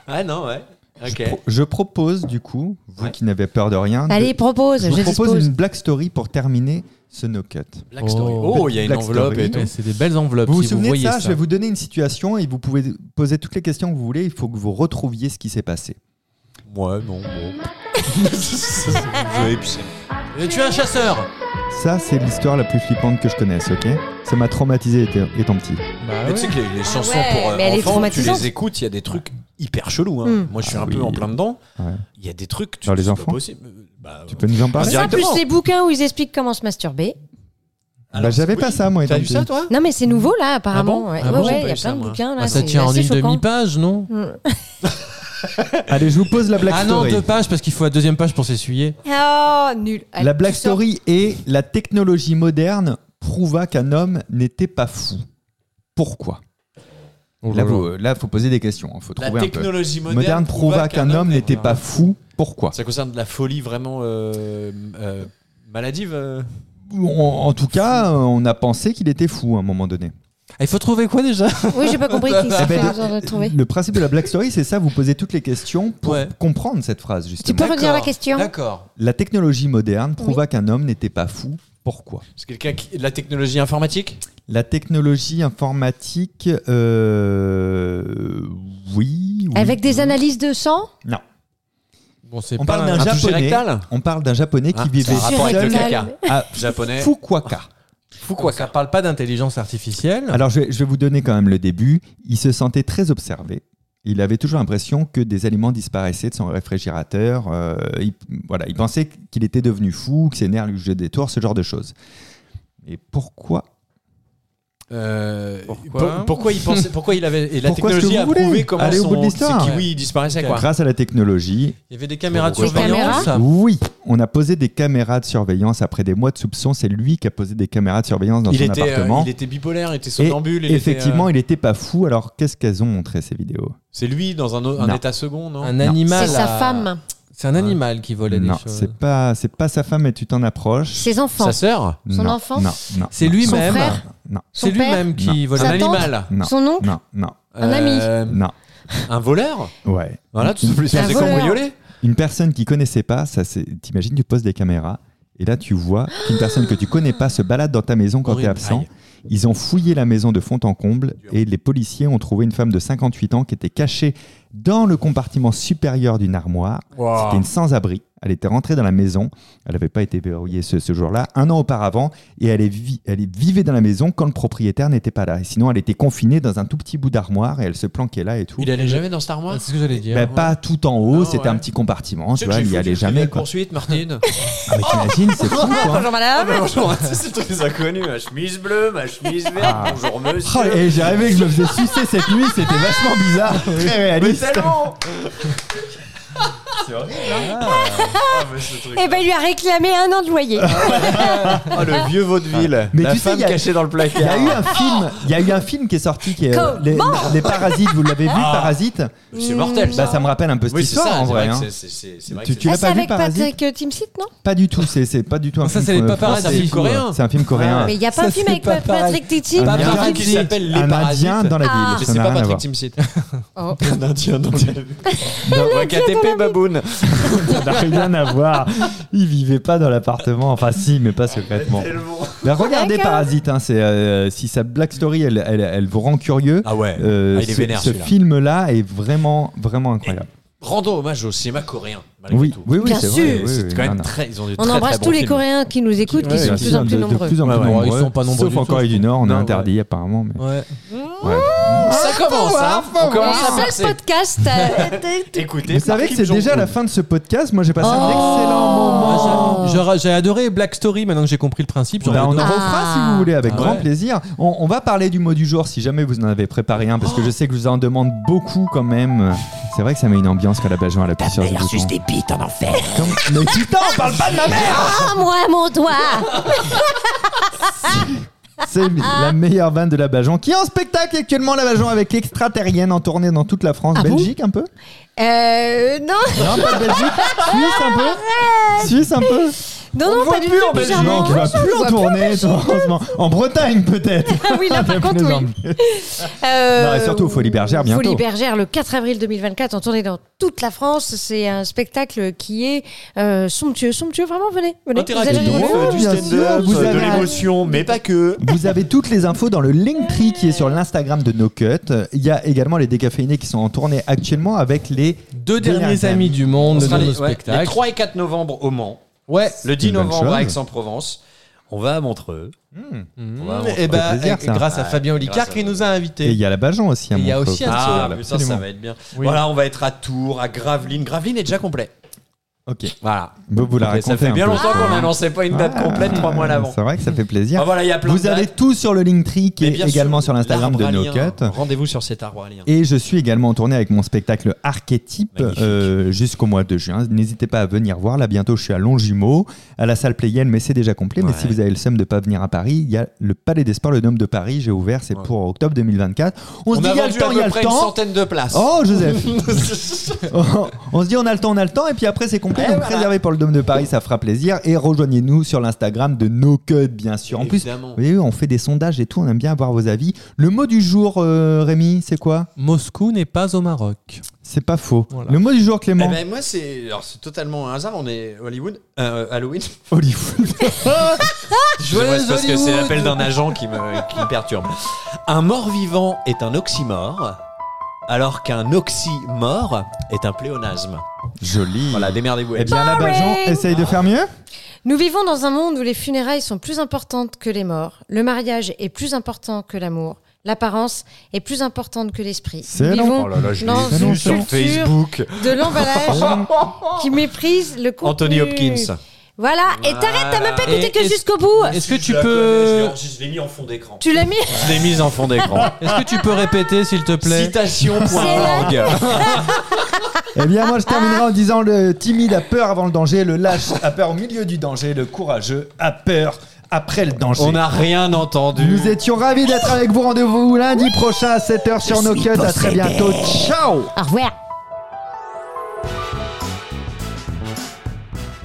S5: Ah non, ouais. Ok.
S2: Pro- Je propose du coup, vous
S5: Ouais.
S2: qui n'avez peur de rien, de-
S3: Allez, propose,
S2: je
S3: je,
S2: vous propose
S3: dispose.
S2: une black story pour terminer ce no cut.
S5: Black Story.
S4: Oh,
S5: Oh, il y a une
S2: Black
S5: enveloppe
S2: Story.
S5: et tout.
S4: Ouais, c'est des belles enveloppes.
S2: Vous vous
S4: si
S2: souvenez de
S4: voyez
S2: ça, Je vais vous donner une situation et vous pouvez poser toutes les questions que vous voulez. Il faut que vous retrouviez ce qui s'est passé.
S5: Ouais, bon, bon. Je vais pisser.
S4: Et tu es un chasseur
S2: Ça, c'est l'histoire la plus flippante que je connaisse, ok Ça m'a traumatisé étant, étant petit.
S4: Bah
S5: Mais tu sais que les, les chansons
S3: Ah ouais,
S5: pour euh,
S3: mais elle est
S5: enfants, tu
S3: traumatisante.
S5: les écoutes, il y a des trucs hyper chelous. Hein.
S3: Hmm.
S5: Moi, je suis
S2: Ah
S5: un
S2: oui.
S5: peu en plein dedans. Il
S2: Ouais.
S5: y a des trucs. Tu,
S2: Dans les
S5: c'est pas
S2: enfants
S5: possible. Euh, bah,
S2: Tu peux nous en parler
S5: Vas-y.
S3: Ça, plus
S5: directement.
S3: les bouquins où ils expliquent comment se masturber.
S5: alors,
S2: Bah, J'avais
S5: oui.
S2: pas ça, moi, étant
S5: T'as vu
S2: petit.
S5: ça, toi
S3: Non, mais c'est nouveau là, apparemment.
S5: bon
S3: ouais,
S5: Ah
S3: ouais,
S5: bon, j'ai pas
S3: ouais, il y a
S5: eu ça,
S3: plein de
S5: moi.
S3: bouquins là.
S4: Ah, ça
S3: c'est
S4: tient en
S3: assez
S4: une
S3: choquant.
S4: demi-page, non
S2: Allez, je vous pose la black
S4: Ah non,
S2: story.
S4: deux pages, parce qu'il faut la deuxième page pour s'essuyer.
S3: Oh, nul. Allez,
S2: la black
S3: tu sors.
S2: story est la technologie moderne prouva qu'un homme n'était pas fou. Pourquoi
S4: Oh
S2: Là, vous- euh, là, faut poser des questions. Il faut
S5: La
S2: trouver un peu.
S5: technologie moderne,
S2: moderne prouva qu'un homme n'était pas fou. Pourquoi
S5: euh, Ça concerne de la folie vraiment euh, euh, maladive. euh.
S2: En en tout cas, euh, on a pensé qu'il était fou à un moment donné.
S4: Ah, Il faut trouver quoi déjà
S3: Oui, j'ai pas compris. Qu'est-ce
S2: Eh
S3: que
S2: ben,
S3: tu as besoin de trouver
S2: Le principe de la Black Story, c'est ça, vous posez toutes les questions pour
S4: Ouais.
S2: comprendre cette phrase,
S3: Tu
S2: justement.
S3: peux redire la
S4: D'accord.
S3: question
S4: D'accord.
S2: La technologie moderne prouva qu'un homme n'était pas fou. Pourquoi
S5: C'est quelqu'un qui. de La technologie informatique
S2: La technologie informatique, euh, oui, oui.
S3: Avec des analyses de sang
S2: Non.
S4: Bon, c'est
S2: On
S4: pas
S2: parle
S4: un-
S2: d'un
S5: toucher
S2: japonais.
S5: rectal
S2: On parle d'un japonais qui
S5: Ah,
S2: vivait
S5: ça a rapport avec
S2: seul
S5: le caca.
S2: à
S5: Japonais.
S2: Fukuoka.
S5: Fou
S4: Quoi, ça parle pas d'intelligence artificielle
S2: Alors, je vais, je vais vous donner quand même le début. Il se sentait très observé. Il avait toujours l'impression que des aliments disparaissaient de son réfrigérateur. Euh, il, voilà, il pensait qu'il était devenu fou, que ses nerfs lui jouaient des tours, ce genre de choses. Et pourquoi
S5: Euh,
S4: Pourquoi
S5: pour- pourquoi il pensait pourquoi il avait et la
S2: Pourquoi est-ce que
S5: technologie
S2: vous
S5: a
S2: voulez
S5: prouvé comment
S2: Allez au
S5: son,
S2: bout de l'histoire.
S5: ses kiwis disparaissaient
S4: Ok.
S5: quoi.
S2: Grâce à la technologie,
S4: Il y avait des caméras de
S5: Des
S4: surveillance
S2: oui, on a posé des caméras de surveillance après des mois de soupçons. C'est lui qui a posé des caméras de surveillance dans
S5: il
S2: son
S5: était euh,
S2: appartement.
S5: il était bipolaire, il était
S2: Et
S5: somnambule, il était,
S2: effectivement,
S5: euh,
S2: il était pas fou. Alors, qu'est-ce qu'elles ont montré ces vidéos
S5: c'est lui dans un, o- un
S2: Non.
S5: état second non.
S4: Un animal.
S3: C'est sa
S4: à-
S3: femme,
S4: C'est un animal qui volait des
S2: Non,
S5: euh,
S4: choses.
S2: c'est pas, c'est pas sa femme, mais tu t'en approches.
S3: ses enfants,
S5: Sa sœur
S3: Son
S2: Non,
S3: enfant
S2: Non, non.
S4: C'est
S2: non.
S4: lui-même.
S3: Son frère
S2: Non,
S4: C'est
S3: Son père
S4: lui-même qui
S5: un
S3: Sa
S4: volait.
S3: tante
S5: animal,
S2: non.
S3: son oncle,
S2: Non, non,
S5: Euh,
S3: Un ami.
S2: non.
S5: un voleur.
S2: Ouais.
S5: Voilà, tout simplement, il
S3: Un
S5: s'est
S3: voleur.
S5: cambriolé.
S2: Une personne qui connaissait pas, ça c'est. T'imagines, tu poses des caméras et là tu vois qu'une personne que tu connais pas se balade dans ta maison quand t'es
S5: Horrible.
S2: absent.
S5: Aïe.
S2: Ils ont fouillé la maison de fond en comble et les policiers ont trouvé une femme de 58 ans qui était cachée dans le compartiment supérieur d'une armoire.
S5: Wow.
S2: C'était une sans-abri. Elle était rentrée dans la maison. Elle n'avait pas été verrouillée ce, ce jour-là, un an auparavant, et elle, est vi- elle est- vivait dans la maison quand le propriétaire n'était pas là. Et sinon, elle était confinée dans un tout petit bout d'armoire et elle se planquait là et tout.
S5: Il allait jamais dans cet armoire
S4: C'est ce que j'allais dire.
S2: Ben, Pas tout en haut,
S5: Non,
S2: c'était
S5: ouais.
S2: un petit compartiment,
S5: Tu
S2: tu
S5: sais que
S2: vois,
S5: j'ai
S2: il y
S5: foutu
S2: allait
S5: le criminel
S2: jamais. Quoi.
S5: poursuite, Martine.
S2: Ah, mais t'imagines, c'est fou, quoi.
S3: Bonjour madame.
S5: bonjour, c'est le truc des inconnus. Ma chemise bleue, ma chemise verte.
S2: Ah.
S5: Bonjour,
S2: Oh,
S5: monsieur.
S2: et j'ai rêvé que je me faisais sucer cette nuit, c'était vachement bizarre, très réaliste.
S5: C'est horrible, hein Ah, mais ce truc.
S3: Eh ben, il lui a réclamé un an de loyer.
S5: Oh, le vieux
S3: Ah.
S5: vaudeville.
S2: Mais
S5: la
S2: tu sais,
S5: femme
S2: il y a-
S5: cachée dans le
S2: Il y
S5: placard.
S2: a eu un film, il y a eu un film qui est sorti qui est euh, les, les Parasites, vous l'avez vu Parasite
S5: Ah. C'est mortel.
S2: Bah ça me rappelle un peu cette
S5: Oui, c'est
S2: histoire
S5: ça,
S2: en
S5: c'est
S2: vrai.
S5: vrai. que
S2: hein.
S5: c'est- c'est- c'est- c'est vrai
S2: Tu-
S5: que
S2: tu
S5: c'est-
S2: l'as
S3: Ah,
S2: pas
S3: c'est
S2: vu,
S3: avec
S2: Parasite
S3: Patrick euh, Timsit, non
S2: Pas du tout, c'est c'est pas du tout un
S4: Ça,
S2: film.
S4: c'est les
S2: euh,
S4: paparazzi,
S2: français.
S5: un film coréen.
S2: C'est un film coréen.
S3: Ah, Mais il n'y a pas
S4: Ça,
S3: un film
S4: c'est
S3: avec
S4: pas
S3: Patrick Timsit
S2: Un
S4: Pas
S2: Indien
S4: Patrick
S2: qui
S4: Timsit.
S5: s'appelle Les
S2: un
S5: Parasites.
S2: Indien dans la
S3: Ah.
S2: ville.
S5: Mais
S2: ça
S5: c'est
S2: n'a rien
S5: pas
S2: à
S5: Patrick
S2: voir.
S5: Timsit.
S3: Oh.
S5: Un indien dans le KTP Baboun.
S2: Ça n'a rien à voir. Il vivait pas dans l'appartement. Enfin, si, mais pas secrètement. Ben, regardez
S3: D'accord.
S2: Parasite. hein, c'est, euh, si sa Black Story, elle, elle, elle vous rend curieux.
S5: Ah ouais.
S2: euh,
S5: Ah, il est
S2: ce-
S5: vénère,
S2: ce
S5: celui-là.
S2: film-là est vraiment, vraiment incroyable.
S5: Rendons hommage au cinéma coréen, malgré
S2: Oui,
S5: tout.
S2: oui, oui,
S3: Bien
S2: c'est
S3: sûr.
S2: vrai. oui,
S5: C'est
S2: oui,
S5: quand
S2: non,
S5: même
S2: non.
S5: très. Ils ont des
S3: On
S5: très, très
S3: embrasse
S5: bons
S3: tous les
S5: films.
S3: Coréens qui nous écoutent, qui
S2: Ouais,
S3: sont de
S2: bien
S3: plus
S2: sûr,
S3: en plus nombreux.
S2: De plus en plus
S5: Ouais, ouais,
S2: nombreux.
S4: ils sont pas nombreux
S2: Sauf
S4: du
S2: en
S4: tout,
S2: Corée
S4: je
S2: du Nord, on est
S4: Non,
S2: interdit apparemment. mais-
S4: Ouais.
S2: ouais.
S5: Ça
S3: Ah,
S5: commence, hein On
S3: Et
S5: commence à
S2: Ah,
S3: ça, le
S5: passer.
S3: podcast. euh, t'es- t'es-
S5: Écoutez,
S2: Vous savez que c'est déjà la fin de ce podcast. Moi, j'ai passé un
S3: Oh.
S2: excellent
S4: Moi,
S2: moment.
S4: j'avoue, j'aurais- Ah, J'ai adoré Black Story maintenant que j'ai compris le principe. j'aurais
S2: Bah, on en
S4: adoré.
S3: Ah.
S2: refera si vous voulez, avec
S4: Ah
S2: grand
S4: ouais.
S2: plaisir. On, on va parler du mot du jour si jamais vous en avez préparé un, parce que je sais que je vous en demande beaucoup quand même. C'est vrai que ça met une ambiance quand la Bajon à la plusieurs du bouton.
S5: pites en enfer.
S2: Comme- Mais putain, on parle pas de ma mère
S3: Ah, moi, mon doigt
S2: C'est la meilleure vanne de la Bajon, qui est en spectacle actuellement, la Bajon, avec l'extraterrienne en tournée dans toute la France.
S3: Ah bon
S2: Belgique un peu
S3: Euh, non,
S2: Non, pas de Belgique Suisse un peu Suisse un peu
S3: non, non, pas du tout, bizarrement.
S2: Non, tu vas plus en tournée, toi, heureusement. En Bretagne, peut-être.
S3: Ah oui, là, par
S2: Je
S3: contre,
S2: plaisante.
S3: Euh,
S2: Non, et surtout aux Folies Bergères, bientôt.
S3: Folies Bergères, le 4 avril 2024, en tournée dans toute la France. C'est un spectacle qui est euh, somptueux, somptueux. Vraiment, venez. venez vous
S5: Interactif,
S3: allez rigoler.
S2: drôle,
S5: euh, du
S2: bien
S5: stand-up,
S2: sûr, vous
S5: de
S2: avez-
S5: l'émotion, mais pas que.
S2: Vous avez toutes les infos dans le Linktree qui est sur l'Instagram de No Cut. Il y a également les décaféinés qui sont en tournée actuellement avec les
S4: Deux
S2: Dernière
S4: derniers
S2: dame.
S4: amis du monde
S5: On
S4: dans
S5: sera
S4: nos
S5: les, ouais, les
S4: spectacles.
S5: 3 et 4 novembre au Mans.
S4: Ouais.
S5: Le 10
S2: une bonne
S5: novembre à
S2: chose.
S5: Aix-en-Provence. On va à Montreux.
S4: Mmh.
S5: Vraiment,
S4: Et
S5: ça
S4: bah,
S2: fait plaisir,
S4: et-
S2: ça.
S4: grâce à
S5: Ouais,
S4: Fabien
S5: grâce
S4: Olicard
S5: à-
S4: qui nous a
S2: et il
S4: invités.
S2: y a la Bajon aussi. hein, à
S4: Et il y a
S2: Montreux.
S4: aussi un-
S5: Ah,
S4: Absolument.
S5: putain, ça va être bien.
S4: Oui.
S5: Voilà, on va être à Tours, à Gravelines. Gravelines est déjà complet.
S2: Ah, Ok.
S5: Voilà.
S2: Vous, vous la
S5: Et ça
S2: racontez
S5: fait
S2: un
S5: bien
S2: peu.
S5: longtemps qu'on n'annonçait pas une date
S2: Ah,
S5: complète trois mois à l'avant.
S2: C'est vrai que ça fait plaisir.
S5: Ah, voilà, il y a plein de
S2: vous
S5: dates.
S2: avez tout sur le Linktree qui
S5: Mais
S2: est
S5: bien sûr,
S2: également sur l'Instagram de
S5: l'arbre
S2: No
S5: à lien.
S2: Cut.
S5: Rendez-vous sur cet arbre à lien.
S2: Et je suis également en tournée avec mon spectacle Archétype
S5: Magnifique.
S2: euh, jusqu'au mois de juin. N'hésitez pas à venir voir. Là, bientôt, je suis à Longjumeau, à la salle Playel, mais c'est déjà complet. Mais
S5: Ouais.
S2: si vous avez le seum de pas venir à Paris, il y a le Palais des Sports, le Dôme de Paris. J'ai ouvert, c'est
S5: Ouais.
S2: pour octobre 2024. On, se dit,
S5: a
S2: il y a le
S5: vendu
S2: temps,
S5: à
S2: il y a
S5: peu
S2: le
S5: près une
S2: temps.
S5: centaine de places.
S2: Oh, Joseph Oh, On se dit, on a le temps, on a le temps. Et puis après, c'est complet.
S5: Eh,
S2: donc,
S5: voilà.
S2: réservé pour le Dôme de Paris, ça fera plaisir. Et rejoignez-nous sur l'Instagram de No Code, bien sûr. En plus,
S5: Évidemment.
S2: vous voyez, on fait des sondages et tout. On aime bien avoir vos avis. Le mot du jour, euh, Rémi, c'est quoi
S4: Moscou n'est pas au Maroc.
S2: c'est pas faux.
S4: Voilà.
S2: Le mot du jour,
S5: Eh
S2: Clément.
S5: ben, moi, c'est alors, c'est totalement un hasard. On est Hollywood, euh, Halloween.
S2: Hollywood.
S5: Excusez-moi, c'est parce que c'est
S4: Hollywood.
S5: l'appel d'un agent qui me, qui me perturbe. Un mort-vivant est un oxymore, alors qu'un oxymore est un pléonasme.
S2: Joli.
S5: Voilà, démerdez-vous.
S2: Eh bien, la Bajon essaye de faire mieux.
S3: Nous vivons dans un monde où les funérailles sont plus importantes que les morts. Le mariage est plus important que l'amour. L'apparence est plus importante que l'esprit.
S2: C'est
S3: Nous
S2: long.
S3: vivons
S5: Oh là là, je
S3: dans
S5: l'ai
S2: vu
S3: une
S2: sur
S3: culture de
S5: Oh.
S3: l'emballage qui méprise le
S5: Anthony
S3: contenu.
S5: Hopkins.
S3: Voilà, et t'arrêtes, t'as même pas écouté
S4: Et-
S3: que
S4: et-
S3: jusqu'au bout.
S4: Est-ce que tu peux
S5: Je l'ai mis en fond d'écran.
S3: Tu l'as mis
S5: Je l'ai mise en fond d'écran.
S4: Est-ce que tu peux répéter s'il te plaît
S5: Citation.org.
S2: Eh bien, moi, je terminerai
S5: Ah.
S2: en disant le timide a peur avant le danger, le lâche a peur au milieu du danger, le courageux a peur après le danger.
S5: On n'a rien entendu.
S2: Nous étions ravis d'être avec vous. Rendez-vous lundi prochain à 7h sur No Cut. À très bientôt. Ciao
S3: Au revoir.